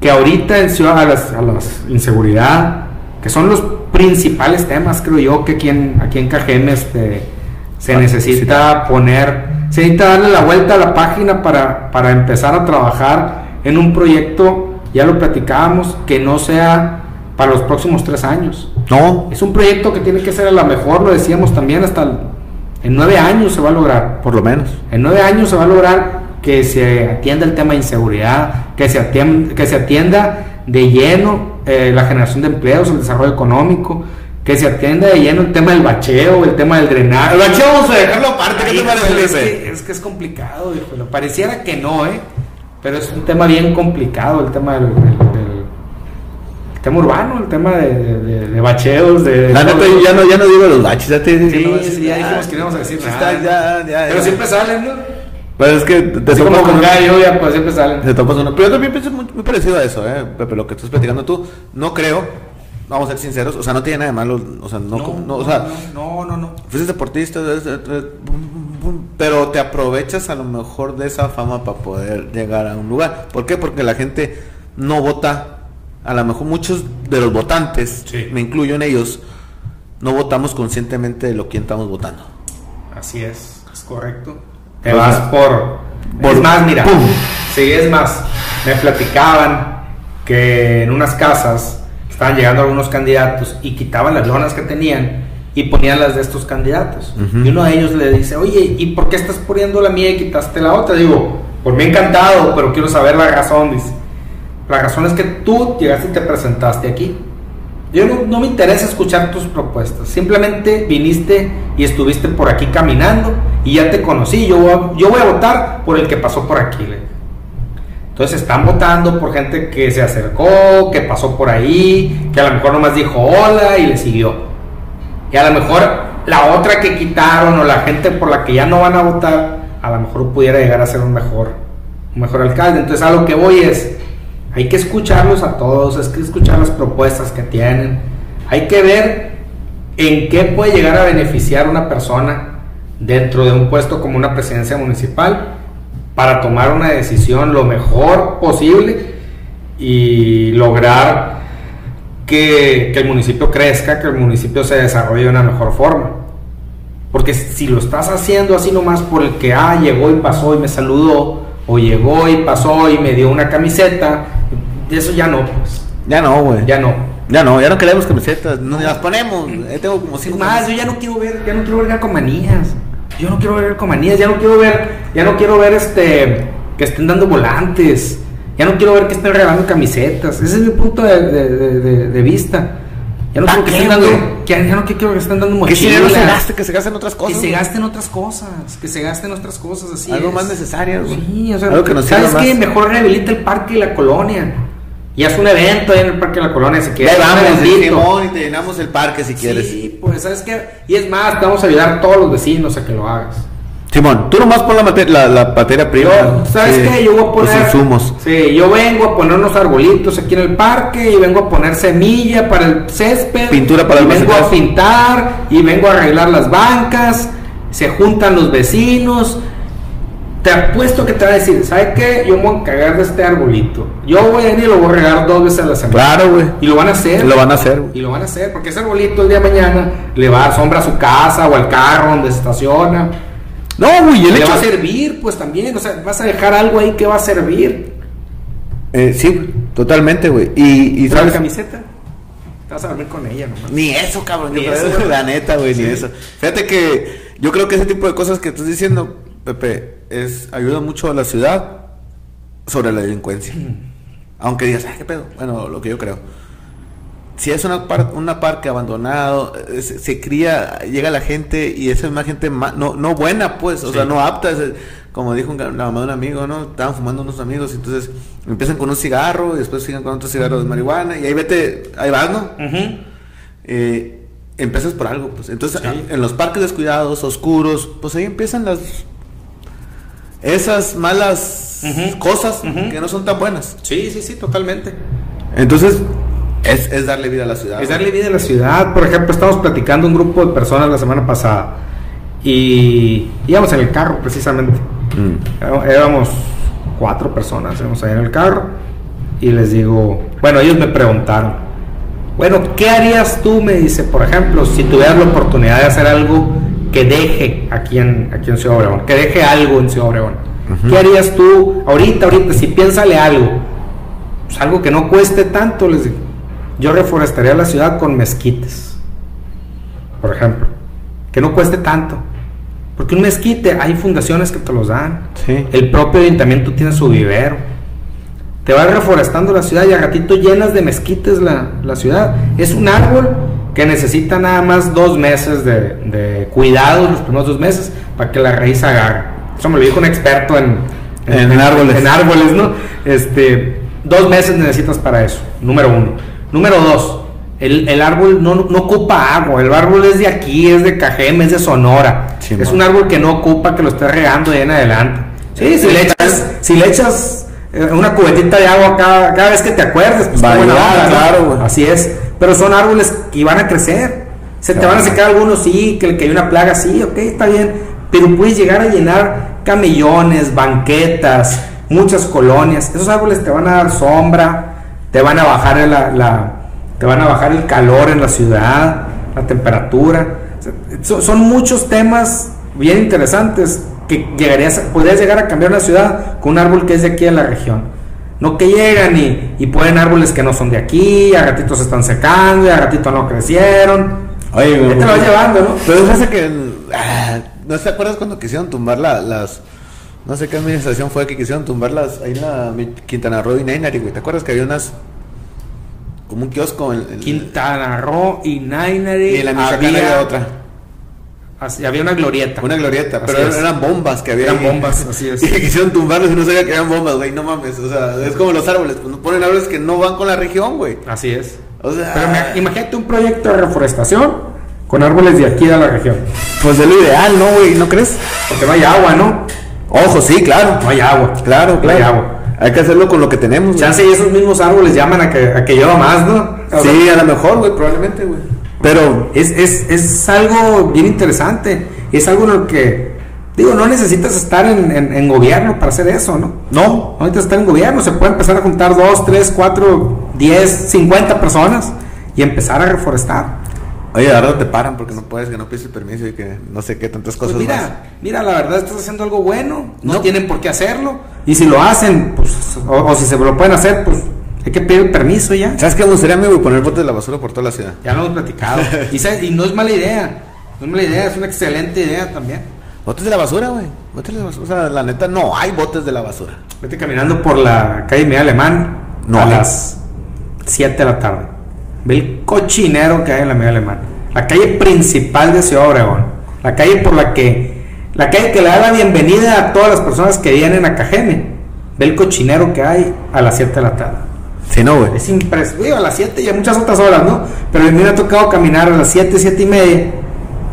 Speaker 2: que ahorita en ciudad a las, a las inseguridad, que son los principales temas, creo yo, que aquí en, aquí en Cajeme este, se
Speaker 1: Ah,
Speaker 2: necesita a poner, se necesita darle la vuelta a la página para, para empezar a trabajar en un proyecto, ya lo platicábamos, que no sea para los próximos tres años.
Speaker 1: No,
Speaker 2: Es un proyecto que tiene que ser a lo mejor, lo decíamos también, hasta el- en nueve años se va a lograr.
Speaker 1: por lo menos.
Speaker 2: En nueve años se va a lograr que se atienda el tema de inseguridad, que se atienda, que se atienda de lleno eh, la generación de empleos, el desarrollo económico, que se atienda de lleno el tema del bacheo, el tema del drenaje.
Speaker 1: vamos a dejarlo aparte,
Speaker 2: Ay, híjole, es, que, es que es complicado, híjole. Pareciera que no, ¿eh? Pero es un tema bien complicado, el tema del, del- del- el tema urbano, el tema de, de- de bacheos, de...
Speaker 1: La neta, yo ya no, ya no digo los baches, ya te dije
Speaker 2: Sí,
Speaker 1: no voy a
Speaker 2: sí,
Speaker 1: decir
Speaker 2: ya
Speaker 1: nada.
Speaker 2: dijimos que no íbamos a decir
Speaker 1: Sí,
Speaker 2: nada.
Speaker 1: está, ya, ya,
Speaker 2: Pero
Speaker 1: ya.
Speaker 2: siempre salen, ¿no?
Speaker 1: Pero es que te topas
Speaker 2: Así como
Speaker 1: con
Speaker 2: con
Speaker 1: un-
Speaker 2: gallo, ya pues siempre salen.
Speaker 1: Te topas uno. Pero yo también pienso muy, muy parecido a eso, ¿eh? Pepe, lo que estás platicando tú. No creo, vamos a ser sinceros, o sea, no tiene nada de malo, o sea, no, como- no, o sea,
Speaker 2: no, no, no.
Speaker 1: fuiste deportista, es- es- es- bum, bum, pero te aprovechas a lo mejor de esa fama para poder llegar a un lugar. ¿Por qué? Porque la gente no vota, a lo mejor muchos de los votantes,
Speaker 2: Sí.
Speaker 1: me incluyo en ellos, no votamos conscientemente de lo que estamos votando.
Speaker 2: Así es, es correcto. Te
Speaker 1: O
Speaker 2: vas
Speaker 1: sea,
Speaker 2: por,
Speaker 1: por-
Speaker 2: Es más, mira.
Speaker 1: ¡pum!
Speaker 2: Sí, es más. Me platicaban que en unas casas estaban llegando algunos candidatos y quitaban las lonas que tenían y ponían las de estos candidatos.
Speaker 1: Ujú.
Speaker 2: Y uno de ellos le dice, oye, ¿y por qué estás poniendo la mía y quitaste la otra? Digo, por mí encantado, pero quiero saber la razón, dice. La razón es que tú llegaste y te presentaste aquí. Yo no, no me interesa escuchar tus propuestas. Simplemente viniste y estuviste por aquí caminando y ya te conocí. Yo, voy a- yo voy a votar por el que pasó por aquí. le. Entonces están votando por gente que se acercó, que pasó por ahí, que a lo mejor nomás dijo hola y le siguió. Y a lo mejor la otra que quitaron o la gente por la que ya no van a votar, a lo mejor pudiera llegar a ser un mejor, un mejor alcalde. Entonces a lo que voy es, hay que escucharlos a todos, es que escuchar las propuestas que tienen, hay que ver en qué puede llegar a beneficiar una persona dentro de un puesto como una presidencia municipal para tomar una decisión lo mejor posible y lograr que, que, el municipio crezca, que el municipio se desarrolle de una mejor forma. Porque si lo estás haciendo así nomás por el que, ah, llegó y pasó y me saludó, o llegó y pasó y me dio una camiseta, eso ya no. Pues.
Speaker 1: Ya no, güey.
Speaker 2: Ya no.
Speaker 1: Ya no, ya no queremos camisetas, no las ponemos. Ya tengo como cinco.
Speaker 2: Es más, yo ya no quiero ver, ya no quiero ver calcomanías. Yo no quiero ver calcomanías, ya no quiero ver, ya no quiero ver este que estén dando volantes. Ya no quiero ver que estén regalando camisetas. Ese es mi punto de, de, de, de vista. Ya no, quiero que estén dando, ya, ya no quiero que estén dando mochilas.
Speaker 1: Que si ya no se gaste, que se gasten otras cosas.
Speaker 2: Que se gasten otras cosas. Que se gasten otras cosas así.
Speaker 1: Algo es. más necesario.
Speaker 2: Güey. Sí, o sea, Algo que nos ¿sabes qué? Mejor rehabilita el parque y la colonia y hace un evento ahí en el Parque de la Colonia si quieres.
Speaker 1: vamos, Simón, y te llenamos el parque si quieres.
Speaker 2: Sí, pues, ¿sabes qué? Y es más, te vamos a ayudar a todos los vecinos a que lo hagas.
Speaker 1: Simón, tú nomás pon la, materia, la, la materia prima.
Speaker 2: Yo, ¿Sabes sí, qué? Yo voy a poner.
Speaker 1: Los insumos.
Speaker 2: Sí, yo vengo a poner unos arbolitos aquí en el parque y vengo a poner semilla para el césped.
Speaker 1: Pintura para
Speaker 2: y
Speaker 1: el
Speaker 2: Vengo a pintar y vengo a arreglar las bancas. Se juntan los vecinos te apuesto que te va a decir, ¿sabes qué? Yo me voy a cagar de este arbolito. Yo voy a ir y lo voy a regar dos veces a la semana.
Speaker 1: Claro, güey.
Speaker 2: Y lo van a hacer.
Speaker 1: Lo van a hacer, güey.
Speaker 2: Y lo van a hacer, porque ese arbolito el día de mañana le va a dar sombra a su casa o al carro donde se estaciona.
Speaker 1: No, güey,
Speaker 2: el le hecho... va a servir, pues también. O sea, vas a dejar algo ahí que va a servir.
Speaker 1: Eh, sí, totalmente, güey. Y, y
Speaker 2: ¿Pero sabes... la camiseta? Te vas a dormir con ella nomás.
Speaker 1: Ni eso, cabrón. Ni yo eso, creo, la neta, güey, sí. ni eso. Fíjate que yo creo que ese tipo de cosas que estás diciendo, Pepe, es ayuda mucho a la ciudad sobre la delincuencia. Aunque digas, ah, qué pedo. Bueno, lo que yo creo. Si es una, par una parque abandonado, se, se, cría, llega la gente y esa es más gente ma no, no buena, pues, o sí. sea, no apta. Es, como dijo un, la mamá de un amigo, ¿no? Estaban fumando unos amigos, entonces empiezan con un cigarro y después siguen con otro cigarro de marihuana y ahí vete, ahí vas, ¿no? Uh -huh. eh, empiezas por algo, pues. Entonces, sí. en los parques descuidados, oscuros, pues ahí empiezan las esas malas uh -huh. cosas uh -huh. que no son tan buenas.
Speaker 2: Sí, sí, sí, totalmente.
Speaker 1: Entonces, es, es darle vida a la ciudad.
Speaker 2: Es ¿no? darle vida a la ciudad. Por ejemplo, estamos platicando un grupo de personas la semana pasada y íbamos en el carro precisamente. Mm. Éramos cuatro personas, íbamos ahí en el carro y les digo, bueno, ellos me preguntaron, bueno, ¿qué harías tú? Me dice, por ejemplo, si tuvieras la oportunidad de hacer algo que deje aquí en, aquí en Ciudad Obregón, que deje algo en Ciudad Obregón. Uh -huh. ¿Qué harías tú ahorita, ahorita, si piénsale algo? Pues algo que no cueste tanto, les digo. Yo reforestaría la ciudad con mezquites, por ejemplo, que no cueste tanto. Porque un mezquite, hay fundaciones que te los dan.
Speaker 1: Sí.
Speaker 2: El propio ayuntamiento tiene su vivero. Te vas reforestando la ciudad y a ratito llenas de mezquites la, la ciudad. Es un árbol que necesita nada más dos meses de, de cuidados, los primeros dos meses, para que la raíz agarre. Eso me lo dijo un experto en,
Speaker 1: en, en, en árboles.
Speaker 2: En árboles, ¿no? Este, dos meses necesitas para eso, número uno. Número dos, el, el árbol no, no, ocupa agua, el árbol es de aquí, es de Cajeme, es de Sonora. Sí, es man. un árbol que no ocupa que lo estés regando de en adelante. Sí, si le echas, si le echas eh, una cubetita de agua cada, cada vez que te acuerdes, pues
Speaker 1: Vaya,
Speaker 2: buena
Speaker 1: onda, claro, güey.
Speaker 2: Así es pero son árboles que van a crecer. Se claro. te van a secar algunos, sí, que, que hay una plaga, sí, ok, está bien, pero puedes llegar a llenar camellones, banquetas, muchas colonias. Esos árboles te van a dar sombra, te van a bajar la, la te van a bajar el calor en la ciudad, la temperatura. Son, son muchos temas bien interesantes que llegarías, podrías llegar a cambiar una ciudad con un árbol que es de aquí de la región. No que llegan y, y ponen árboles que no son de aquí, a gatitos se están secando, y a gatito no crecieron.
Speaker 1: Oye,
Speaker 2: ya te lo vas llevando, ¿no?
Speaker 1: Pero es que. Ah, ¿No te acuerdas cuando quisieron tumbar la, las. No sé qué administración fue que quisieron tumbarlas ahí en la Quintana Roo y Nainari, güey. ¿Te acuerdas que había unas. como un kiosco en. en
Speaker 2: Quintana Roo y Nainari.
Speaker 1: Y en la Michoacana había... había otra.
Speaker 2: Así, había una glorieta.
Speaker 1: Una glorieta,
Speaker 2: Así
Speaker 1: pero
Speaker 2: es.
Speaker 1: eran bombas que había.
Speaker 2: Eran
Speaker 1: ahí.
Speaker 2: bombas, así es.
Speaker 1: Y quisieron tumbarlos y no sabía que eran bombas, güey, no mames. O sea, es como los árboles, pues no ponen árboles que no van con la región, güey.
Speaker 2: Así es.
Speaker 1: O sea,
Speaker 2: Pero me- imagínate un proyecto de reforestación con árboles de aquí a la región.
Speaker 1: pues es lo ideal, ¿no, güey? ¿No crees?
Speaker 2: Porque no hay agua, ¿no?
Speaker 1: Ojo, sí, claro.
Speaker 2: No hay agua.
Speaker 1: Claro,
Speaker 2: No hay
Speaker 1: claro.
Speaker 2: agua.
Speaker 1: Hay que hacerlo con lo que tenemos, güey.
Speaker 2: Chance y esos mismos árboles llaman a que, a que llueva más, ¿no? O sea,
Speaker 1: Sí, a lo mejor, güey, probablemente, güey. Pero
Speaker 2: Es, es, es algo bien interesante. Y es algo en lo que, digo, no necesitas estar en, en- en gobierno para hacer eso, ¿no?
Speaker 1: no,
Speaker 2: Ahorita está en gobierno, se puede empezar a juntar 2, 3, 4, 10, 50 personas y empezar a reforestar.
Speaker 1: Oye, ahora te paran porque no puedes, que no pides el permiso y que no sé qué tantas
Speaker 2: Pues
Speaker 1: cosas
Speaker 2: mira,
Speaker 1: más.
Speaker 2: mira, la verdad estás haciendo algo bueno, no, tienen por qué hacerlo. Y si lo hacen, pues, o, o si se lo pueden hacer, pues hay que pedir permiso ya.
Speaker 1: ¿Sabes qué me gustaría a mí, güey? Poner botes de la basura por toda la ciudad.
Speaker 2: Ya lo hemos platicado. y, sabes, y no es mala idea, no es mala idea, es una excelente idea también.
Speaker 1: Botes de la basura, güey. Botes de la basura. O sea, la neta, no hay botes de la basura.
Speaker 2: Vete caminando por la calle Media Alemán
Speaker 1: No
Speaker 2: a
Speaker 1: hay.
Speaker 2: las 7 de la tarde. Ve el cochinero que hay en la Media Alemán. La calle principal de Ciudad Obregón. La calle por la que. La calle que le da la bienvenida a todas las personas que vienen a Cajeme. Ve el cochinero que hay a las 7 de la tarde.
Speaker 1: Sí, no, güey.
Speaker 2: Es impresionante. A las 7 y a muchas otras horas, ¿no? Pero a mí me ha tocado caminar a las 7, 7 y media.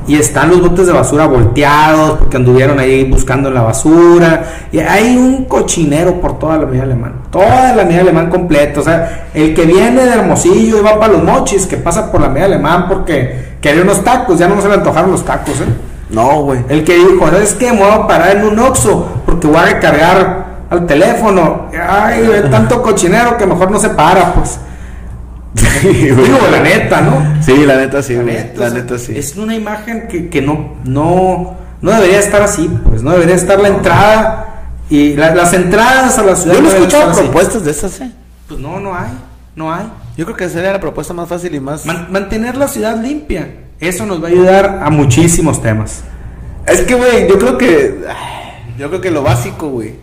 Speaker 2: Y están los botes de basura volteados porque anduvieron ahí buscando la basura. Y hay un cochinero por toda la media alemán. Toda la media alemán completa. O sea, el que viene de Hermosillo y va para los mochis, que pasa por la media alemán porque quería unos tacos. Ya no se le antojaron los tacos, ¿eh?
Speaker 1: No, güey.
Speaker 2: El que dijo, ¿sabes qué? Me voy a parar en un Oxxo porque voy a recargar al teléfono. Ay, hay tanto cochinero que mejor no se para, pues.
Speaker 1: Sí, güey.
Speaker 2: Digo, la neta, ¿no?
Speaker 1: Sí, la neta sí,
Speaker 2: La
Speaker 1: güey.
Speaker 2: neta,
Speaker 1: La
Speaker 2: o sea,
Speaker 1: neta sí.
Speaker 2: Es una imagen que, que no, no, no debería estar así, pues. No debería estar la entrada y la- las entradas a la ciudad.
Speaker 1: Yo no he
Speaker 2: deberían
Speaker 1: escuchado
Speaker 2: estar así.
Speaker 1: propuestas de esas, eh.
Speaker 2: Pues no, no hay, no hay.
Speaker 1: Yo creo que esa era la propuesta más fácil y más.
Speaker 2: Man- mantener la ciudad limpia, eso nos va a ayudar a muchísimos temas.
Speaker 1: Es que, güey, yo creo que. ay, Yo creo que lo básico, güey.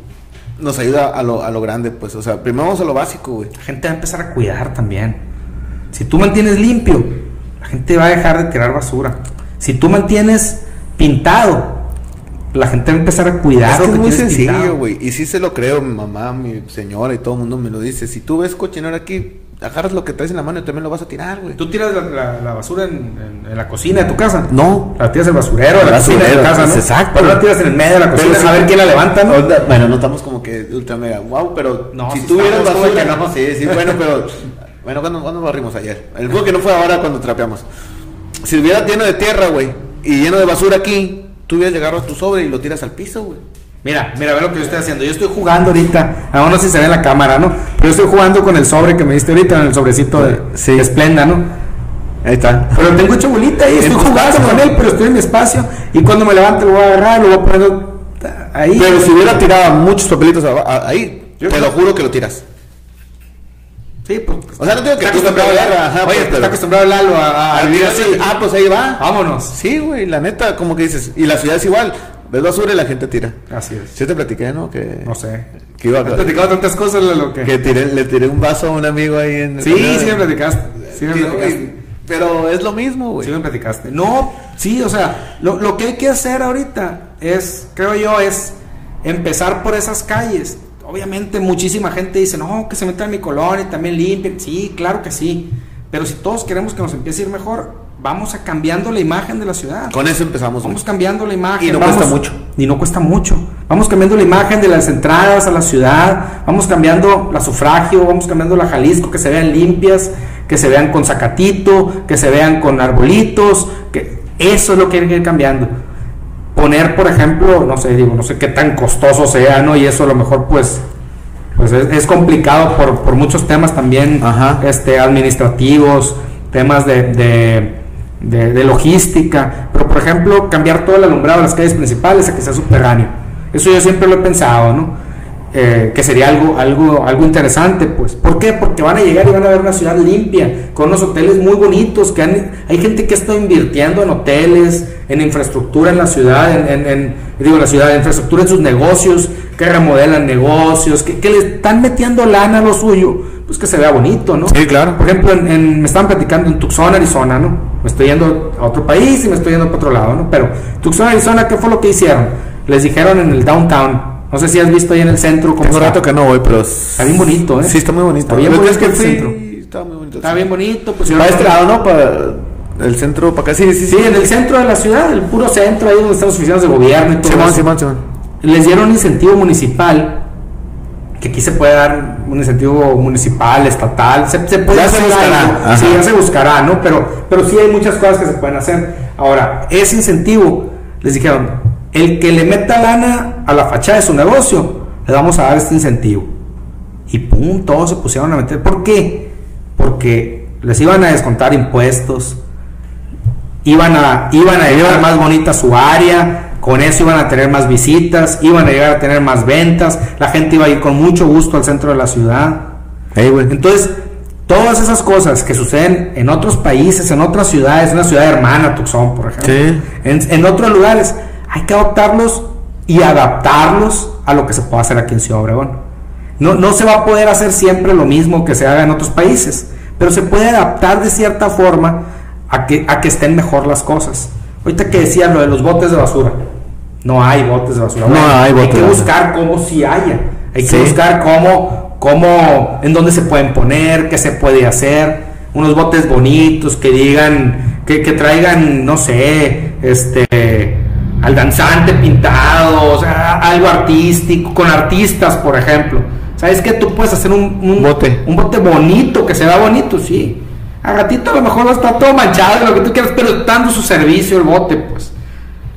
Speaker 1: Nos ayuda a lo, a lo grande, pues. O sea, primero vamos a lo básico, güey.
Speaker 2: La gente va a empezar a cuidar también. Si tú mantienes limpio, la gente va a dejar de tirar basura. Si tú mantienes pintado, la gente va a empezar a cuidar
Speaker 1: Es que
Speaker 2: lo
Speaker 1: es muy
Speaker 2: tienes pintado.
Speaker 1: sencillo, güey. Y sí se lo creo, mi mamá, mi señora y todo el mundo me lo dice. Si tú ves cochinero aquí, agarras lo que traes en la mano y también lo vas a tirar, güey.
Speaker 2: Tú tiras la, la- la basura en, en- en la cocina de tu casa.
Speaker 1: No.
Speaker 2: La tiras en el basurero, en la
Speaker 1: Basurero,
Speaker 2: cocina de tu casa, ¿no?
Speaker 1: pues, exacto.
Speaker 2: Pero no la tiras en el medio de la
Speaker 1: Pero
Speaker 2: cocina
Speaker 1: si-
Speaker 2: a ver quién la levanta, ¿no?
Speaker 1: Onda- bueno, no estamos como que ultra mega wow, pero
Speaker 2: No,
Speaker 1: si
Speaker 2: sí
Speaker 1: tuvieras
Speaker 2: estamos,
Speaker 1: basura,
Speaker 2: güey.
Speaker 1: no, sí, sí, bueno, pero bueno, ¿cuándo, cuándo barrimos ayer? El juego que no fue ahora cuando trapeamos. Si hubiera lleno de tierra, güey, y lleno de basura aquí, tú hubieras llegado a tu sobre y lo tiras al piso, güey.
Speaker 2: Mira, mira, ve lo que yo estoy haciendo. Yo estoy jugando ahorita. Aún no sé si se ve en la cámara, ¿no? Pero yo estoy jugando con el sobre que me diste ahorita, en el sobrecito de,
Speaker 1: Sí.
Speaker 2: de Splenda, ¿no?
Speaker 1: Ahí está.
Speaker 2: Pero tengo hecho bolita y estoy
Speaker 1: tu
Speaker 2: jugando
Speaker 1: espacio.
Speaker 2: con él, pero estoy en mi espacio. Y cuando me levante lo voy a agarrar, lo voy a poner ta- ahí.
Speaker 1: Pero si hubiera tirado muchos papelitos aba- a- ahí,
Speaker 2: Yo
Speaker 1: te
Speaker 2: creo-
Speaker 1: lo juro que lo tiras.
Speaker 2: Sí, pues.
Speaker 1: O sea, no digo que
Speaker 2: está
Speaker 1: tú te
Speaker 2: acostumbrado
Speaker 1: pegas,
Speaker 2: Lalo.
Speaker 1: ajá,
Speaker 2: Oye,
Speaker 1: pues,
Speaker 2: está
Speaker 1: pero-
Speaker 2: acostumbrado Lalo a, a- a vivir así.
Speaker 1: Ah, pues ahí va.
Speaker 2: Vámonos.
Speaker 1: Sí, güey, la neta, como que dices, y la ciudad es igual, ves basura y la gente tira.
Speaker 2: Así es.
Speaker 1: Yo te platiqué, ¿no? Que
Speaker 2: No sé.
Speaker 1: que iba
Speaker 2: He
Speaker 1: a
Speaker 2: platicado tantas cosas, Lalo, que.
Speaker 1: Que tiré- le tiré un vaso a un amigo ahí en el
Speaker 2: Sí,
Speaker 1: Colorado.
Speaker 2: sí me platicaste. Sí me
Speaker 1: Digo,
Speaker 2: platicaste.
Speaker 1: güey, Pero es lo mismo, güey.
Speaker 2: Sí me platicaste. No, sí, o sea, lo, lo que hay que hacer ahorita es, creo yo, es empezar por esas calles. Obviamente muchísima gente dice, no, que se metan en mi color y también limpien. Sí, claro que sí. Pero si todos queremos que nos empiece a ir mejor, vamos a cambiando la imagen de la ciudad.
Speaker 1: Con eso empezamos, güey.
Speaker 2: Vamos cambiando la imagen.
Speaker 1: Y no
Speaker 2: vamos-
Speaker 1: cuesta mucho.
Speaker 2: Y no cuesta mucho. Vamos cambiando la imagen de las entradas a la ciudad. Vamos cambiando la sufragio. Vamos cambiando la Jalisco. Que se vean limpias. Que se vean con zacatito. Que se vean con arbolitos. Que eso es lo que hay que ir cambiando. Poner, por ejemplo, no sé, digo, no sé qué tan costoso sea, ¿no? Y eso a lo mejor, pues. Pues es, es complicado por, por muchos temas también
Speaker 1: Ajá.
Speaker 2: este, administrativos, temas de, de, de- de logística, pero por ejemplo, cambiar todo el alumbrado de las calles principales a que sea subterráneo. Eso yo siempre lo he pensado, ¿no? Eh, que sería algo, algo, algo interesante, pues. ¿Por qué? Porque van a llegar y van a ver una ciudad limpia, con unos hoteles muy bonitos, que han- hay gente que está invirtiendo en hoteles, en infraestructura en la ciudad, en, en- en- digo, en la ciudad, en infraestructura en sus negocios, que remodelan negocios, que, que le están metiendo lana a lo suyo, pues que se vea bonito, ¿no?
Speaker 1: Sí, claro.
Speaker 2: Por ejemplo, en, en- me estaban platicando en Tucson, Arizona, ¿no? me estoy yendo a otro país y me estoy yendo para otro lado, ¿no? Pero Tucson, Arizona, ¿qué fue lo que hicieron? Les dijeron en el downtown. No sé si has visto ahí en el centro.
Speaker 1: Tengo rato que no voy, pero. Está
Speaker 2: bien bonito, ¿eh?
Speaker 1: Sí, está muy bonito.
Speaker 2: Está bien
Speaker 1: La
Speaker 2: bonito
Speaker 1: vez que
Speaker 2: el
Speaker 1: fui,
Speaker 2: centro.
Speaker 1: Está muy bonito.
Speaker 2: Está bien bonito. Pues,
Speaker 1: Para este lado, ¿no? Para el centro, para acá. Sí, sí,
Speaker 2: Sí,
Speaker 1: sí.
Speaker 2: en el centro de la ciudad, el puro centro, ahí donde están las oficinas de gobierno y todo
Speaker 1: Simón,
Speaker 2: eso.
Speaker 1: Simón, Simón.
Speaker 2: les dieron un incentivo municipal, que aquí se puede dar un incentivo municipal, estatal, se, se puede
Speaker 1: Ya se
Speaker 2: hacer
Speaker 1: buscará,
Speaker 2: algo,
Speaker 1: ajá.
Speaker 2: sí, ya se buscará, ¿no? Pero, pero sí hay muchas cosas que se pueden hacer. Ahora, ese incentivo, les dijeron, el que le meta lana a la fachada de su negocio, le vamos a dar este incentivo. Y pum, todos se pusieron a meter. ¿Por qué? Porque les iban a descontar impuestos, iban a, iban a llevar más bonita su área, con eso iban a tener más visitas, iban a llegar a tener más ventas, la gente iba a ir con mucho gusto al centro de la ciudad.
Speaker 1: Ey, güey.
Speaker 2: Entonces, todas esas cosas que suceden en otros países, en otras ciudades, una ciudad hermana, Tucson, por ejemplo,
Speaker 1: Sí.
Speaker 2: en, en otros lugares, hay que adoptarlos y adaptarlos a lo que se puede hacer aquí en Ciudad Obregón. No, no se va a poder hacer siempre lo mismo que se haga en otros países, pero se puede adaptar de cierta forma a que, a que estén mejor las cosas. Ahorita que decía lo de los botes de basura, no hay botes de basura.
Speaker 1: No hay botes
Speaker 2: Hay
Speaker 1: de
Speaker 2: que
Speaker 1: basura.
Speaker 2: buscar cómo si haya, hay que
Speaker 1: Sí.
Speaker 2: buscar cómo, cómo, en dónde se pueden poner, qué se puede hacer, unos botes bonitos que digan, que, que traigan, no sé, este, al danzante pintado, o sea, algo artístico, con artistas, por ejemplo. ¿Sabes que Tú puedes hacer un, un
Speaker 1: Bote.
Speaker 2: un bote bonito, que se vea bonito, sí. A gatito a lo mejor va a estar todo manchado, lo que tú quieras, pero dando su servicio el bote, pues.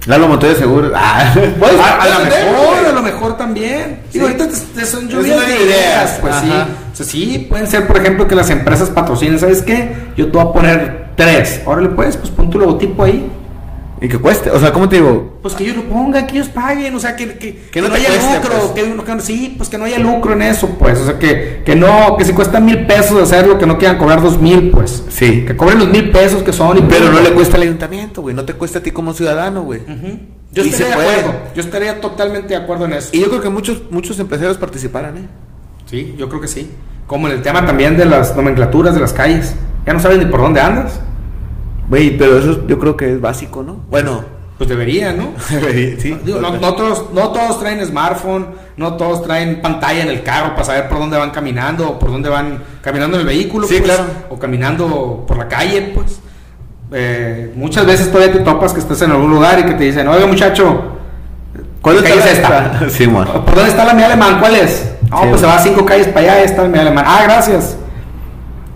Speaker 1: Lalo Montoya seguro. Ah,
Speaker 2: Pues, a, a
Speaker 1: la
Speaker 2: lo mejor, a lo mejor también. Digo, ahorita te- te son
Speaker 1: Es
Speaker 2: lluvias
Speaker 1: una
Speaker 2: de
Speaker 1: idea.
Speaker 2: ideas, pues sí.
Speaker 1: Ajá.
Speaker 2: O sea, sí, pueden ser, por ejemplo, que las empresas patrocinen, ¿sabes qué? Yo te voy a poner tres. Órale, pues, pues pon tu logotipo ahí.
Speaker 1: Y que cueste. O sea, ¿cómo te digo?
Speaker 2: Pues que ellos lo pongan, que ellos paguen, o sea, que, que, que
Speaker 1: no
Speaker 2: no
Speaker 1: te
Speaker 2: haya
Speaker 1: cueste,
Speaker 2: lucro,
Speaker 1: pues.
Speaker 2: que, no- que no- sí, pues que no haya lucro en eso, pues, o sea, que, que no, que si cuesta mil pesos hacerlo, que no quieran cobrar dos mil, pues.
Speaker 1: Sí.
Speaker 2: Que cobren los mil pesos que son y pues,
Speaker 1: Pero no le cuesta al ayuntamiento, güey. No te cuesta a ti como ciudadano, güey.
Speaker 2: Ujú. Yo
Speaker 1: Y
Speaker 2: estaría
Speaker 1: se
Speaker 2: de
Speaker 1: puede.
Speaker 2: acuerdo, yo estaría totalmente de acuerdo en eso.
Speaker 1: Y yo creo que muchos, muchos empresarios participaran, ¿eh?
Speaker 2: Sí, yo creo que sí. Como en el tema también de las nomenclaturas de las calles. Ya no sabes ni por dónde andas.
Speaker 1: Güey, pero eso yo creo que es básico, ¿no? Bueno.
Speaker 2: Pues debería, ¿no?
Speaker 1: sí.
Speaker 2: Digo, no, no todos, no todos traen smartphone, no todos traen pantalla en el carro para saber por dónde van caminando o por dónde van caminando en el vehículo.
Speaker 1: Sí,
Speaker 2: pues,
Speaker 1: claro.
Speaker 2: O caminando por la calle, pues. Eh, muchas veces todavía te topas que estás en algún lugar y que te dicen, oiga muchacho,
Speaker 1: ¿Cuál
Speaker 2: ¿qué
Speaker 1: es
Speaker 2: calle es
Speaker 1: esta?
Speaker 2: esta?
Speaker 1: Sí, man.
Speaker 2: ¿Por dónde está la mía alemán? ¿Cuál es? No,
Speaker 1: Sí,
Speaker 2: pues se
Speaker 1: güey.
Speaker 2: va cinco calles para allá, ahí está la mía alemán. Ah, gracias.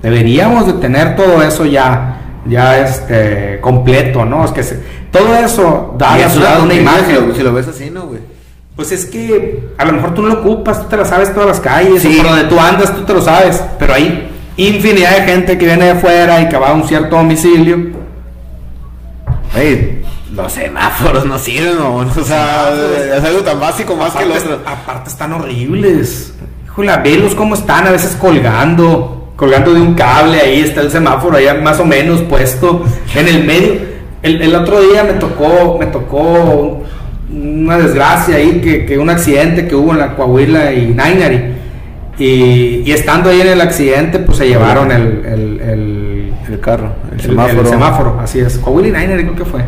Speaker 2: Deberíamos de tener todo eso ya, ya este, completo, ¿no? Es que se- todo eso da a la ciudad una
Speaker 1: Si
Speaker 2: imagen.
Speaker 1: lo, si lo ves así, ¿no, güey?
Speaker 2: Pues es que a lo mejor tú no lo ocupas, tú te la sabes todas las calles,
Speaker 1: Sí.
Speaker 2: y por donde tú andas tú te lo sabes, pero hay infinidad de gente que viene de fuera y que va a un cierto domicilio.
Speaker 1: Ey, los semáforos no sirven, mamón. O sea, eh, es algo tan básico más que lo
Speaker 2: Aparte-
Speaker 1: otro.
Speaker 2: Aparte están horribles. Híjole, velos cómo están, a veces colgando, colgando de un cable, ahí está el semáforo, allá más o menos puesto en el medio. El, el otro día me tocó, me tocó una desgracia ahí, que, que un accidente que hubo en la Coahuila y Nainari. Y, y estando ahí en el accidente, pues se llevaron el, el- el-
Speaker 1: El carro, el,
Speaker 2: el-
Speaker 1: semáforo.
Speaker 2: el semáforo, así es. Coahuila y Nainari creo que fue.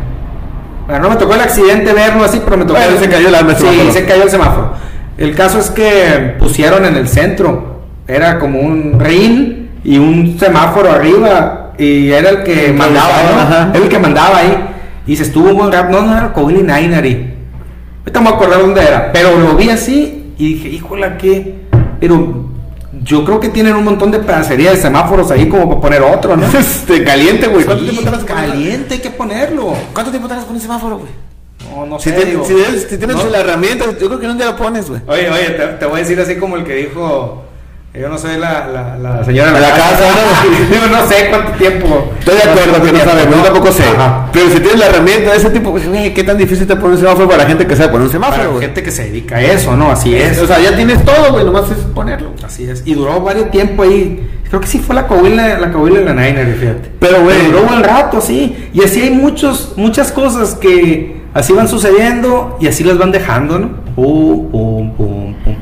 Speaker 2: Bueno, no me tocó el accidente verlo así, pero me tocó.
Speaker 1: Bueno, se cayó el alma, el
Speaker 2: Sí,
Speaker 1: semáforo.
Speaker 2: se cayó el semáforo. El caso es que pusieron en el centro, era como un ring y un semáforo arriba, y era el que mandaba,
Speaker 1: mandaba,
Speaker 2: ¿no?
Speaker 1: ajá.
Speaker 2: Era el que mandaba ahí. Y se estuvo un buen rato, no, no era Coahuila y Nainari. Ahorita me voy a acordar dónde era, pero lo vi así y dije, híjole, ¿qué? Pero yo creo que tienen un montón de pedacería de semáforos ahí como para poner otro, ¿no?
Speaker 1: Este, caliente, güey. ¿Cuánto
Speaker 2: Sí,
Speaker 1: tiempo tardas caminando?
Speaker 2: caliente, hay que ponerlo.
Speaker 1: ¿Cuánto tiempo tardas con un semáforo, güey? Eh,
Speaker 2: No, no
Speaker 1: Si,
Speaker 2: sé,
Speaker 1: te-
Speaker 2: digo.
Speaker 1: si debes- si tienes
Speaker 2: No.
Speaker 1: la herramienta, yo creo que en un día la pones, güey.
Speaker 2: Oye, oye, te, te voy a decir así como el que dijo. Yo no soy la, la, la señora de
Speaker 1: La casa, ¿no?
Speaker 2: Digo, no sé cuánto tiempo.
Speaker 1: Estoy de acuerdo que no sabes, yo tampoco sé.
Speaker 2: Ajá.
Speaker 1: Pero si tienes la herramienta de ese tipo, pues, güey, ¿qué tan difícil te poner un semáforo para la gente que sabe poner un
Speaker 2: Para
Speaker 1: semáforo, güey?
Speaker 2: gente que se dedica a eso, ¿no? Así es.
Speaker 1: O sea, ya tienes todo, güey, nomás es ponerlo.
Speaker 2: Así es. Y duró varios tiempo ahí. Creo que sí fue la Coahuila, la Coahuila y la Niner, fíjate.
Speaker 1: Pero, güey.
Speaker 2: Duró un buen rato, sí. Y así hay muchos, muchas cosas que así van sucediendo y así las van dejando, ¿no? Pum, pum, pum, pum.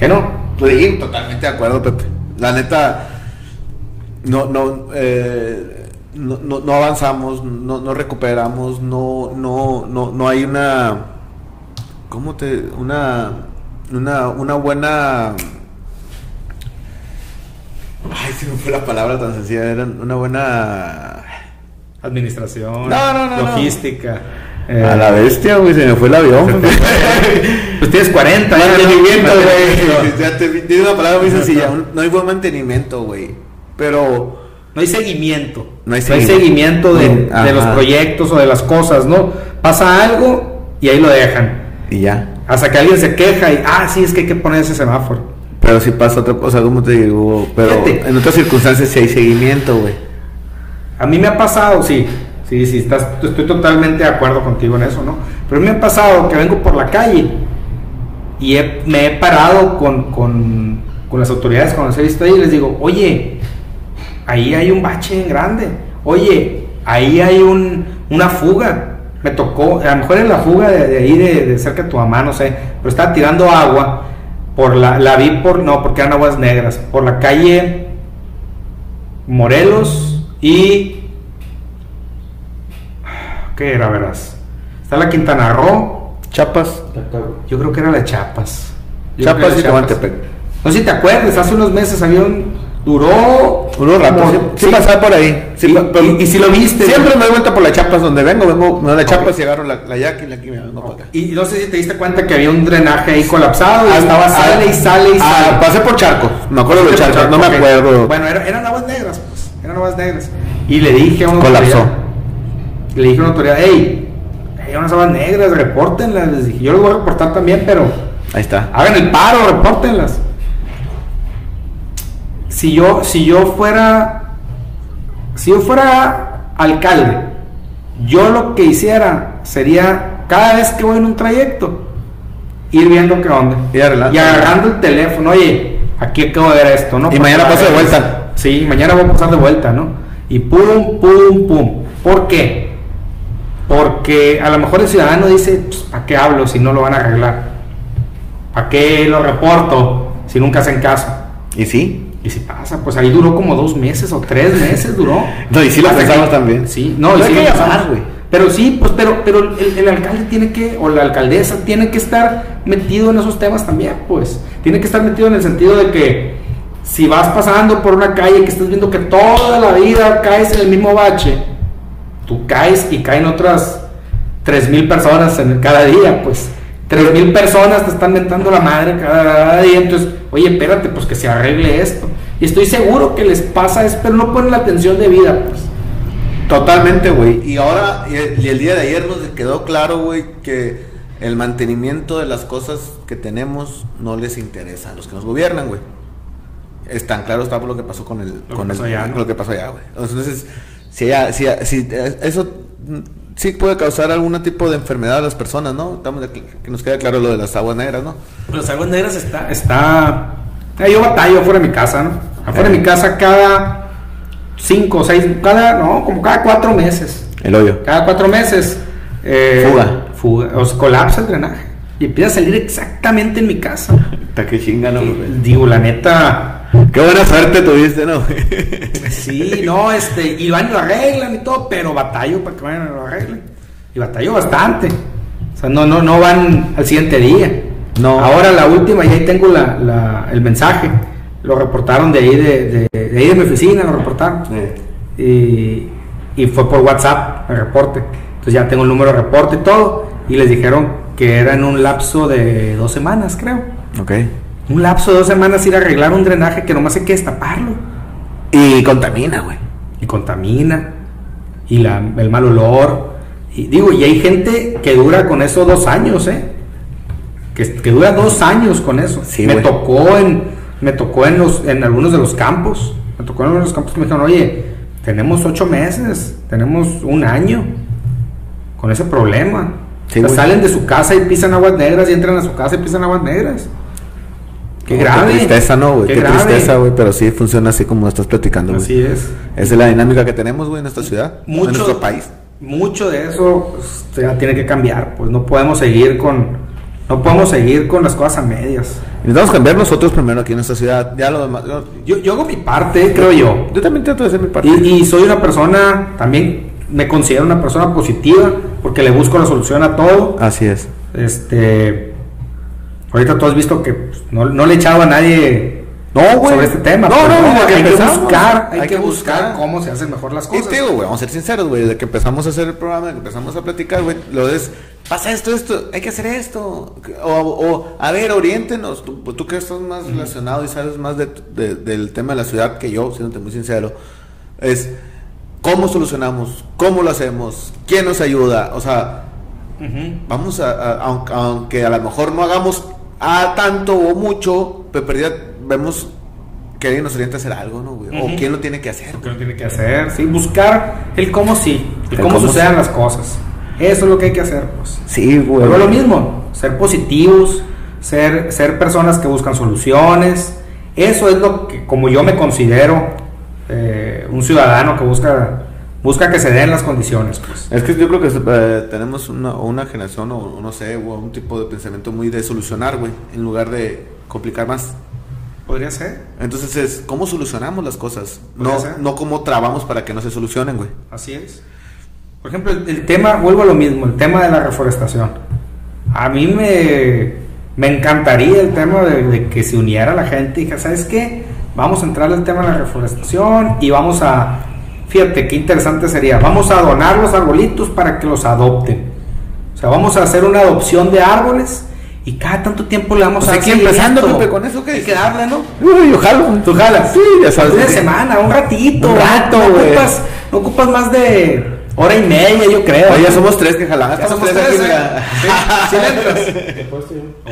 Speaker 2: ¿Qué no?
Speaker 1: Sí, totalmente de acuerdo, Pepe. La neta, no, no, eh, no, no, no avanzamos, no, no recuperamos, no, no, no, no hay una. ¿Cómo te.? Una. Una, una buena. Ay, se me fue la palabra tan sencilla. Era una buena.
Speaker 2: Administración,
Speaker 1: No, no, no, no.
Speaker 2: logística. eh,
Speaker 1: A la bestia, güey, se me fue el avión.
Speaker 2: Pues tienes 40 ya, ¿no?
Speaker 1: mantenimiento, güey.
Speaker 2: Mantenimiento.
Speaker 1: Ya te tiene una palabra muy sencilla. un- No hay buen mantenimiento, güey. Pero.
Speaker 2: No hay seguimiento.
Speaker 1: No hay seguimiento.
Speaker 2: seguimiento, de,
Speaker 1: No,
Speaker 2: de los
Speaker 1: ajá.
Speaker 2: proyectos o de las cosas, ¿no? Pasa algo y ahí lo dejan.
Speaker 1: Y ya.
Speaker 2: Hasta que alguien se queja y, ah, sí, es que hay que poner ese semáforo.
Speaker 1: Pero si pasa otra cosa, ¿cómo te digo? Pero
Speaker 2: Fíjate.
Speaker 1: en otras circunstancias sí hay seguimiento, güey.
Speaker 2: A mí me ha pasado, sí, sí, sí, estás, estoy totalmente de acuerdo contigo en eso, ¿no? Pero a mí me ha pasado que vengo por la calle y he- me he parado con, con, con las autoridades cuando las he visto ahí y les digo, oye, ahí hay un bache en grande, oye, ahí hay un, una fuga. Me tocó, a lo mejor en la fuga de, de ahí de, de cerca de tu mamá, no sé, pero estaba tirando agua, por la, la vi por, no, porque eran aguas negras, por la calle Morelos y. ¿Qué era, verás? Está la Quintana Roo.
Speaker 1: Chapas.
Speaker 2: Yo creo que era la Chiapas. Yo creo que
Speaker 1: Chapas
Speaker 2: era
Speaker 1: y
Speaker 2: Chiapas.
Speaker 1: Tehuantepec.
Speaker 2: No sé si te acuerdas, hace unos meses había un. Duró.
Speaker 1: Unos ratos. Sí,
Speaker 2: como-
Speaker 1: sí pasaba por ahí. Sí,
Speaker 2: y,
Speaker 1: pa- pero-
Speaker 2: y- y si lo viste.
Speaker 1: Siempre me doy vuelta por las chapas donde vengo, vengo, me doy las chapas y agarro la, la yak y la aquí me vengo para acá.
Speaker 2: Y no sé si te diste cuenta que había un drenaje ahí colapsado. Y
Speaker 1: Ah,
Speaker 2: estaba sale y sale y
Speaker 1: ah,
Speaker 2: sale.
Speaker 1: pasé por charcos, me acuerdo de los
Speaker 2: Este
Speaker 1: charcos, no me
Speaker 2: ok.
Speaker 1: acuerdo.
Speaker 2: Bueno, era- eran aguas negras, pues. Eran aguas negras. Y le dije a una
Speaker 1: Colapsó.
Speaker 2: autoridad. Le dije a una autoridad, hey, hay unas aguas negras, repórtenlas. Les dije, yo las voy a reportar también, pero
Speaker 1: Ahí está.
Speaker 2: hagan el paro, repórtenlas. Si yo, si yo fuera, si yo fuera alcalde, yo lo que hiciera sería cada vez que voy en un trayecto, ir viendo qué onda.
Speaker 1: Y arreglando.
Speaker 2: Y agarrando el teléfono, oye, aquí acabo de ver esto, ¿no?
Speaker 1: Y mañana
Speaker 2: Porque
Speaker 1: paso de
Speaker 2: a veces-
Speaker 1: vuelta.
Speaker 2: Sí, mañana voy a pasar de vuelta, ¿no? Y pum, pum, pum. ¿Por qué? Porque a lo mejor el ciudadano dice, pues, ¿para qué hablo si no lo van a arreglar? ¿Para qué lo reporto si nunca hacen caso?
Speaker 1: ¿Y sí?
Speaker 2: Y si pasa, pues ahí duró como dos meses o tres meses duró.
Speaker 1: No, y sí lo
Speaker 2: Hasta
Speaker 1: pensamos
Speaker 2: que-
Speaker 1: también.
Speaker 2: Sí, no, y
Speaker 1: Pero
Speaker 2: sí
Speaker 1: hay
Speaker 2: lo
Speaker 1: que
Speaker 2: pensamos.
Speaker 1: llamar, güey.
Speaker 2: Pero sí, pues, pero, pero el, el alcalde tiene que, o la alcaldesa tiene que estar metido en esos temas también, pues. Tiene que estar metido en el sentido de que si vas pasando por una calle que estás viendo que toda la vida caes en el mismo bache, tú caes y caen otras tres mil personas en cada día, pues. Tres mil personas te están mentando la madre cada día. Entonces, oye, espérate, pues que se arregle esto. Y estoy seguro que les pasa eso, pero no ponen la atención de vida, pues.
Speaker 1: Totalmente, güey. Y ahora, y el, y el día de ayer nos quedó claro, güey, que el mantenimiento de las cosas que tenemos no les interesa a los que nos gobiernan, güey. Es tan claro está por lo que pasó con el,
Speaker 2: que
Speaker 1: con el-
Speaker 2: pasó allá, ¿no?
Speaker 1: lo que pasó allá, güey. Entonces, si, allá- si, si eh, eso mm, sí puede causar algún tipo de enfermedad a las personas, ¿no? Estamos de- que nos queda claro lo de las aguas negras, ¿no?
Speaker 2: Los aguas negras está. Está. eh, yo batallo afuera de mi casa, ¿no? Afuera de
Speaker 1: Eh.
Speaker 2: mi casa cada cinco o seis, cada, no, como cada cuatro meses.
Speaker 1: El hoyo.
Speaker 2: Cada cuatro meses. eh,
Speaker 1: Fuga.
Speaker 2: Fuga. O sea, colapsa el drenaje. Y empieza a salir exactamente en mi casa.
Speaker 1: Está que chinga, ¿no, güey?
Speaker 2: Digo, la neta.
Speaker 1: Qué buena suerte tuviste, ¿no? güey?
Speaker 2: Sí, no, este, y van y lo arreglan y todo, pero batallo para que vayan y lo arreglen. Y batallo bastante. O sea, no, no, no van al siguiente día.
Speaker 1: No.
Speaker 2: Ahora la última, y ahí tengo la, la- el mensaje. Lo reportaron de ahí de, de- de ahí de mi oficina, lo reportaron.
Speaker 1: Eh,
Speaker 2: Y, y fue por WhatsApp el reporte. Entonces ya tengo el número de reporte y todo. Y les dijeron que era en un lapso de dos semanas, creo.
Speaker 1: ok.
Speaker 2: Un lapso de dos semanas ir a arreglar un drenaje que nomás hay que destaparlo
Speaker 1: Y contamina, güey.
Speaker 2: y contamina y la, el mal olor y digo y hay gente que dura con eso dos años eh que, que dura dos años con eso
Speaker 1: Sí,
Speaker 2: me
Speaker 1: güey.
Speaker 2: tocó en me tocó en los en algunos de los campos me tocó en algunos de los campos que me dijeron oye tenemos ocho meses tenemos un año con ese problema
Speaker 1: Sí,
Speaker 2: O sea,
Speaker 1: güey.
Speaker 2: salen de su casa y pisan aguas negras y entran a su casa y pisan aguas negras qué
Speaker 1: No,
Speaker 2: grave
Speaker 1: Qué tristeza, ¿no, güey? Qué,
Speaker 2: Qué grave.
Speaker 1: tristeza, güey. Pero sí funciona así como estás platicando, güey.
Speaker 2: así es
Speaker 1: Esa es la dinámica que tenemos, güey, en nuestra ciudad.
Speaker 2: mucho,
Speaker 1: En nuestro país.
Speaker 2: Mucho de eso pues, ya tiene que cambiar, pues no podemos seguir con, No podemos seguir con las cosas a medias.
Speaker 1: Necesitamos cambiar nosotros primero aquí en nuestra ciudad. Ya lo demás. Yo,
Speaker 2: Yo, yo hago mi parte, creo yo.
Speaker 1: yo también trato de hacer mi parte.
Speaker 2: Y, y soy una persona, también me considero una persona positiva, porque le busco la solución a todo.
Speaker 1: Así es.
Speaker 2: Este. Ahorita tú has visto que pues, no, no le he echado a nadie
Speaker 1: No, güey.
Speaker 2: sobre este tema.
Speaker 1: No,
Speaker 2: pero
Speaker 1: no, desde que
Speaker 2: hay que
Speaker 1: empezamos.
Speaker 2: buscar, hay,
Speaker 1: Hay
Speaker 2: que
Speaker 1: que
Speaker 2: buscar
Speaker 1: buscar.
Speaker 2: cómo se hacen mejor las
Speaker 1: Y
Speaker 2: cosas.
Speaker 1: te digo, güey, vamos a ser sinceros, güey, desde que empezamos a hacer el programa, desde que empezamos a platicar, güey, lo es, pasa esto, esto, hay que hacer esto. O, o, a ver, oriéntenos, tú, pues, tú que estás más relacionado y sabes más de- de- del tema de la ciudad que yo, siéndote muy sincero, es cómo solucionamos, cómo lo hacemos, quién nos ayuda, o sea,
Speaker 2: Ujú.
Speaker 1: vamos a, a- aun- aunque a lo mejor no hagamos a tanto o mucho, pero perdida, vemos que alguien nos orienta a hacer algo, ¿no, güey?
Speaker 2: Ujú.
Speaker 1: O quién lo tiene que hacer.
Speaker 2: Lo que uno tiene que hacer, sí, buscar el cómo sí, el,
Speaker 1: El
Speaker 2: cómo,
Speaker 1: cómo
Speaker 2: sucedan
Speaker 1: sí.
Speaker 2: las cosas. Eso es lo que hay que hacer, pues.
Speaker 1: Sí, güey.
Speaker 2: Pero lo mismo, ser positivos, ser, ser personas que buscan soluciones. Eso es lo que, como yo me considero, eh, un ciudadano que busca, busca que se den las condiciones, pues.
Speaker 1: Es que yo creo que eh, tenemos una, o una generación o o no sé, o un tipo de pensamiento muy de solucionar, güey, en lugar de complicar más.
Speaker 2: Podría ser,
Speaker 1: Entonces es cómo solucionamos las cosas,
Speaker 2: Puede
Speaker 1: no,
Speaker 2: ser.
Speaker 1: no cómo trabamos para que no se solucionen, güey.
Speaker 2: así es. Por ejemplo, el, el tema, vuelvo a lo mismo, el tema de la reforestación. A mí me, me encantaría el tema de, de que se uniera la gente y que, ¿sabes qué? Vamos a entrar al tema de la reforestación y vamos a, fíjate qué interesante sería, vamos a donar los arbolitos para que los adopten. O sea, vamos a hacer una adopción de árboles y cada tanto tiempo le vamos
Speaker 1: Pues
Speaker 2: a
Speaker 1: hay que ir
Speaker 2: seguimiento.
Speaker 1: empezando, Pepe, con eso, ¿qué
Speaker 2: Hay
Speaker 1: dices?
Speaker 2: que darle, ¿no?
Speaker 1: Uy, yo jalo. ¿Tú jalas? Sí, ya sabes.
Speaker 2: Una
Speaker 1: que-
Speaker 2: semana, un ratito.
Speaker 1: Un rato,
Speaker 2: no,
Speaker 1: güey.
Speaker 2: ocupas, no ocupas más de hora y media, yo creo.
Speaker 1: Oye, ya somos tres que jalamos.
Speaker 2: Ya somos tres, ¿eh? Sí, sí le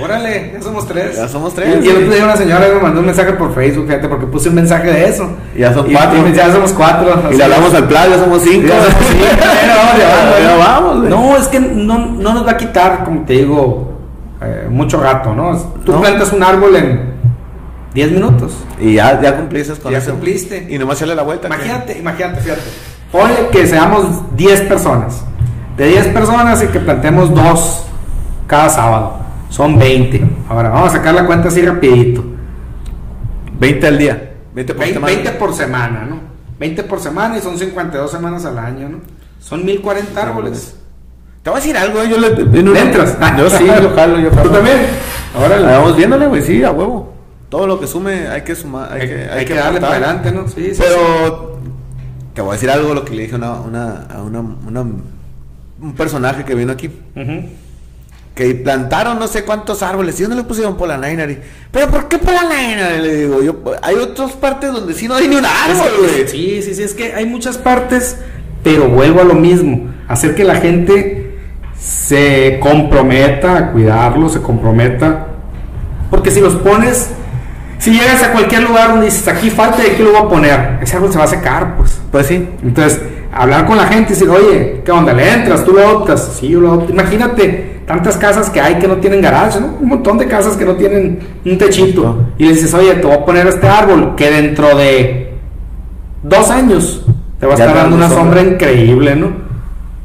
Speaker 2: Órale, ya somos tres.
Speaker 1: Ya somos tres,
Speaker 2: Y el otro
Speaker 1: güey.
Speaker 2: día una señora me mandó un mensaje por Facebook, fíjate, porque puse un mensaje de eso.
Speaker 1: Ya son
Speaker 2: Y-
Speaker 1: cuatro.
Speaker 2: y ya somos cuatro.
Speaker 1: Y
Speaker 2: así.
Speaker 1: le hablamos al plato, ya somos cinco.
Speaker 2: Ya somos cinco. Bueno, vamos llevando, ¿eh?
Speaker 1: Ya vamos, güey.
Speaker 2: No, es que no, no nos va a quitar, como te digo, eh, mucho rato, ¿no? Tú
Speaker 1: No.
Speaker 2: plantas un árbol en 10 minutos.
Speaker 1: Y ya, ya cumpliste con
Speaker 2: Ya
Speaker 1: eso.
Speaker 2: cumpliste.
Speaker 1: Y nomás sale la vuelta. que-
Speaker 2: Imagínate, imagínate, fíjate. Ponle que seamos 10 personas. De 10 personas y que plantemos dos cada sábado. Son 20. Ahora, vamos a sacar la cuenta así rapidito.
Speaker 1: 20 al día. 20 por
Speaker 2: 20,
Speaker 1: semana.
Speaker 2: por semana, ¿no? 20 por semana y son 52 semanas al año, ¿no? Son 1040 árboles.
Speaker 1: Te voy a decir algo, eh, yo le.
Speaker 2: ¿Le entras?
Speaker 1: Yo sí, yo jalo, yo jalo.
Speaker 2: ¿Tú también?
Speaker 1: Ahora
Speaker 2: Órale.
Speaker 1: vamos viéndole, güey, sí, a huevo. Todo lo que sume hay que sumar, hay,
Speaker 2: Hay,
Speaker 1: que, hay
Speaker 2: hay
Speaker 1: que
Speaker 2: que darle
Speaker 1: aportar.
Speaker 2: para adelante, ¿no? Sí, sí, sí.
Speaker 1: Pero te voy a decir algo, lo que le dije a una, una- a una- una- un personaje que vino aquí.
Speaker 2: Ujú.
Speaker 1: Que plantaron no sé cuántos árboles. ¿Y dónde le pusieron por la Nainari? ¿Pero por qué por la Nainari? Le digo, yo, hay otras partes donde sí no hay ni un
Speaker 2: Es
Speaker 1: árbol,
Speaker 2: que-
Speaker 1: güey.
Speaker 2: Sí, sí, sí, es que hay muchas partes, pero vuelvo a lo mismo, hacer que la gente se comprometa a cuidarlo, se comprometa, porque si los pones, si llegas a cualquier lugar donde dices, aquí falta y aquí lo voy a poner, ese árbol se va a secar, pues.
Speaker 1: Pues sí.
Speaker 2: Entonces, hablar con la gente y decir, oye, ¿qué onda? ¿Le entras? ¿Tú lo adoptas? Sí, yo lo adopto. Imagínate tantas casas que hay que no tienen garage, ¿no? Un montón de casas que no tienen un techito. Y le dices, oye, te voy a poner este árbol que dentro de dos años te va a
Speaker 1: Ya
Speaker 2: estar
Speaker 1: te
Speaker 2: dando
Speaker 1: da
Speaker 2: una
Speaker 1: sombra.
Speaker 2: sombra increíble, ¿no?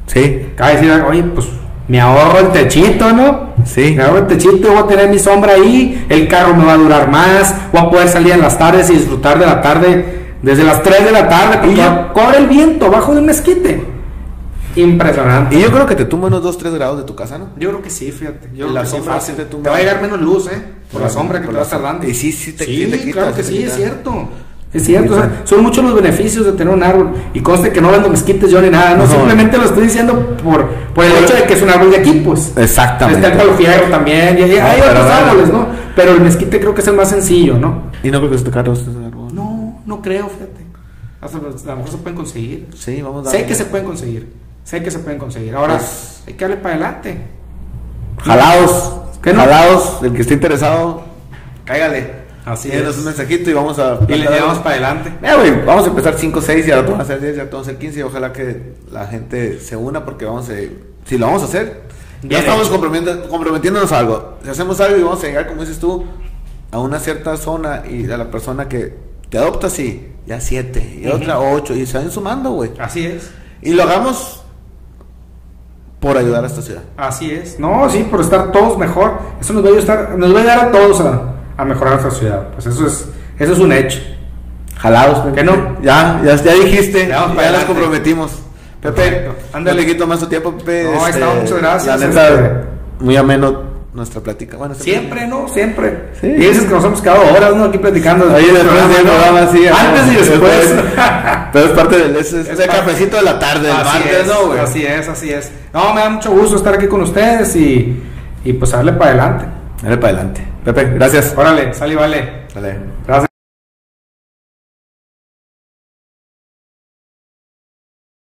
Speaker 1: Sí,
Speaker 2: Cabe decir, oye, pues me ahorro el techito, ¿no?
Speaker 1: Sí.
Speaker 2: Me ahorro el techito, voy a tener mi sombra ahí, el carro me va a durar más, voy a poder salir en las tardes y disfrutar de la tarde desde las 3 de la tarde, porque
Speaker 1: Y yo-
Speaker 2: corre el viento bajo de un mezquite. Impresionante.
Speaker 1: Y yo creo que te tumba unos 2, 3 grados de tu casa, ¿no?
Speaker 2: Yo creo que sí, fíjate. Yo
Speaker 1: La
Speaker 2: creo que sí,
Speaker 1: sombra
Speaker 2: fácil.
Speaker 1: sí te
Speaker 2: Te,
Speaker 1: tumba.
Speaker 2: va a llegar menos luz, ¿eh? Por la
Speaker 1: Por la-
Speaker 2: sombra que
Speaker 1: por
Speaker 2: te
Speaker 1: la
Speaker 2: va a estar
Speaker 1: sombra.
Speaker 2: dando.
Speaker 1: Y sí, sí te-
Speaker 2: Sí,
Speaker 1: te quita,
Speaker 2: claro que
Speaker 1: sí te
Speaker 2: sí,
Speaker 1: quita.
Speaker 2: es cierto. Es
Speaker 1: Sí,
Speaker 2: cierto, o sea,
Speaker 1: claro.
Speaker 2: son muchos los beneficios de tener un árbol. Y conste que no vendo mezquites yo ni nada, no,
Speaker 1: No.
Speaker 2: simplemente lo estoy diciendo por, por el
Speaker 1: Pero-
Speaker 2: hecho de que es un árbol de aquí, pues. Está
Speaker 1: Exactamente.
Speaker 2: el palo fierro también, y hay, hay
Speaker 1: No, pero
Speaker 2: otros
Speaker 1: bueno.
Speaker 2: árboles, ¿no? Pero el mezquite creo que es el más sencillo, ¿no?
Speaker 1: Y no creo que se te caiga ese árbol.
Speaker 2: No, no creo, fíjate. Hasta- a lo mejor se pueden conseguir.
Speaker 1: Sí, vamos a
Speaker 2: Sé
Speaker 1: darle.
Speaker 2: que se pueden conseguir. Sé que se pueden conseguir. Ahora,
Speaker 1: Pues-
Speaker 2: hay que darle para adelante.
Speaker 1: Jalados.
Speaker 2: ¿Qué no?
Speaker 1: Jalados. El que esté interesado, cáigale.
Speaker 2: Así
Speaker 1: Déjenos
Speaker 2: es.
Speaker 1: un mensajito y vamos a.
Speaker 2: Y le llevamos para adelante.
Speaker 1: Mira, güey, vamos a empezar 5, 6 y ahora vamos a hacer 10, ya vamos a hacer 15 y ojalá que la gente se una porque vamos a... Si lo vamos a hacer,
Speaker 2: Bien
Speaker 1: ya estamos
Speaker 2: hecho.
Speaker 1: comprometiendo- comprometiéndonos a algo. Si hacemos algo y vamos a llegar, como dices tú, a una cierta zona y a la persona que te adopta, sí, ya 7 y
Speaker 2: Ujú.
Speaker 1: otra 8 y se van sumando, güey.
Speaker 2: Así es.
Speaker 1: Y lo hagamos
Speaker 4: por ayudar a esta ciudad.
Speaker 2: Así es. No, sí, por estar todos mejor. Eso nos va a ayudar, nos va a, ayudar a todos a, a mejorar nuestra ciudad. Pues eso es, eso es un hecho.
Speaker 4: Jalados, Pepe.
Speaker 2: ¿Qué no?
Speaker 4: Ya, ya, ya dijiste,
Speaker 2: Ya
Speaker 4: ya,
Speaker 2: vamos para
Speaker 4: las
Speaker 2: adelante.
Speaker 4: comprometimos. Pepe,
Speaker 2: Perfecto. Ándale.
Speaker 4: ándale, quito más tu tiempo, Pepe. este,
Speaker 2: No, ahí está, muchas gracias,
Speaker 4: La neta,
Speaker 2: este.
Speaker 4: muy ameno nuestra plática. Bueno,
Speaker 2: Siempre, ¿no? Siempre.
Speaker 4: Sí.
Speaker 2: Y dices que nos hemos quedado horas, ¿no? Aquí platicando.
Speaker 4: Ahí
Speaker 2: del
Speaker 4: después del
Speaker 2: ¿no?
Speaker 4: programa, sí.
Speaker 2: Antes y
Speaker 4: ¿no?
Speaker 2: después.
Speaker 4: Pero es parte del es,
Speaker 2: Es
Speaker 4: es el
Speaker 2: parte-
Speaker 4: cafecito de la tarde, del
Speaker 2: así
Speaker 4: martes,
Speaker 2: es,
Speaker 4: ¿no, güey?
Speaker 2: así es, así es. No, me da mucho gusto estar aquí con ustedes y, y pues darle para adelante.
Speaker 4: Dale para adelante. Pepe, gracias.
Speaker 2: Órale, sal y vale.
Speaker 4: Dale.
Speaker 2: Gracias.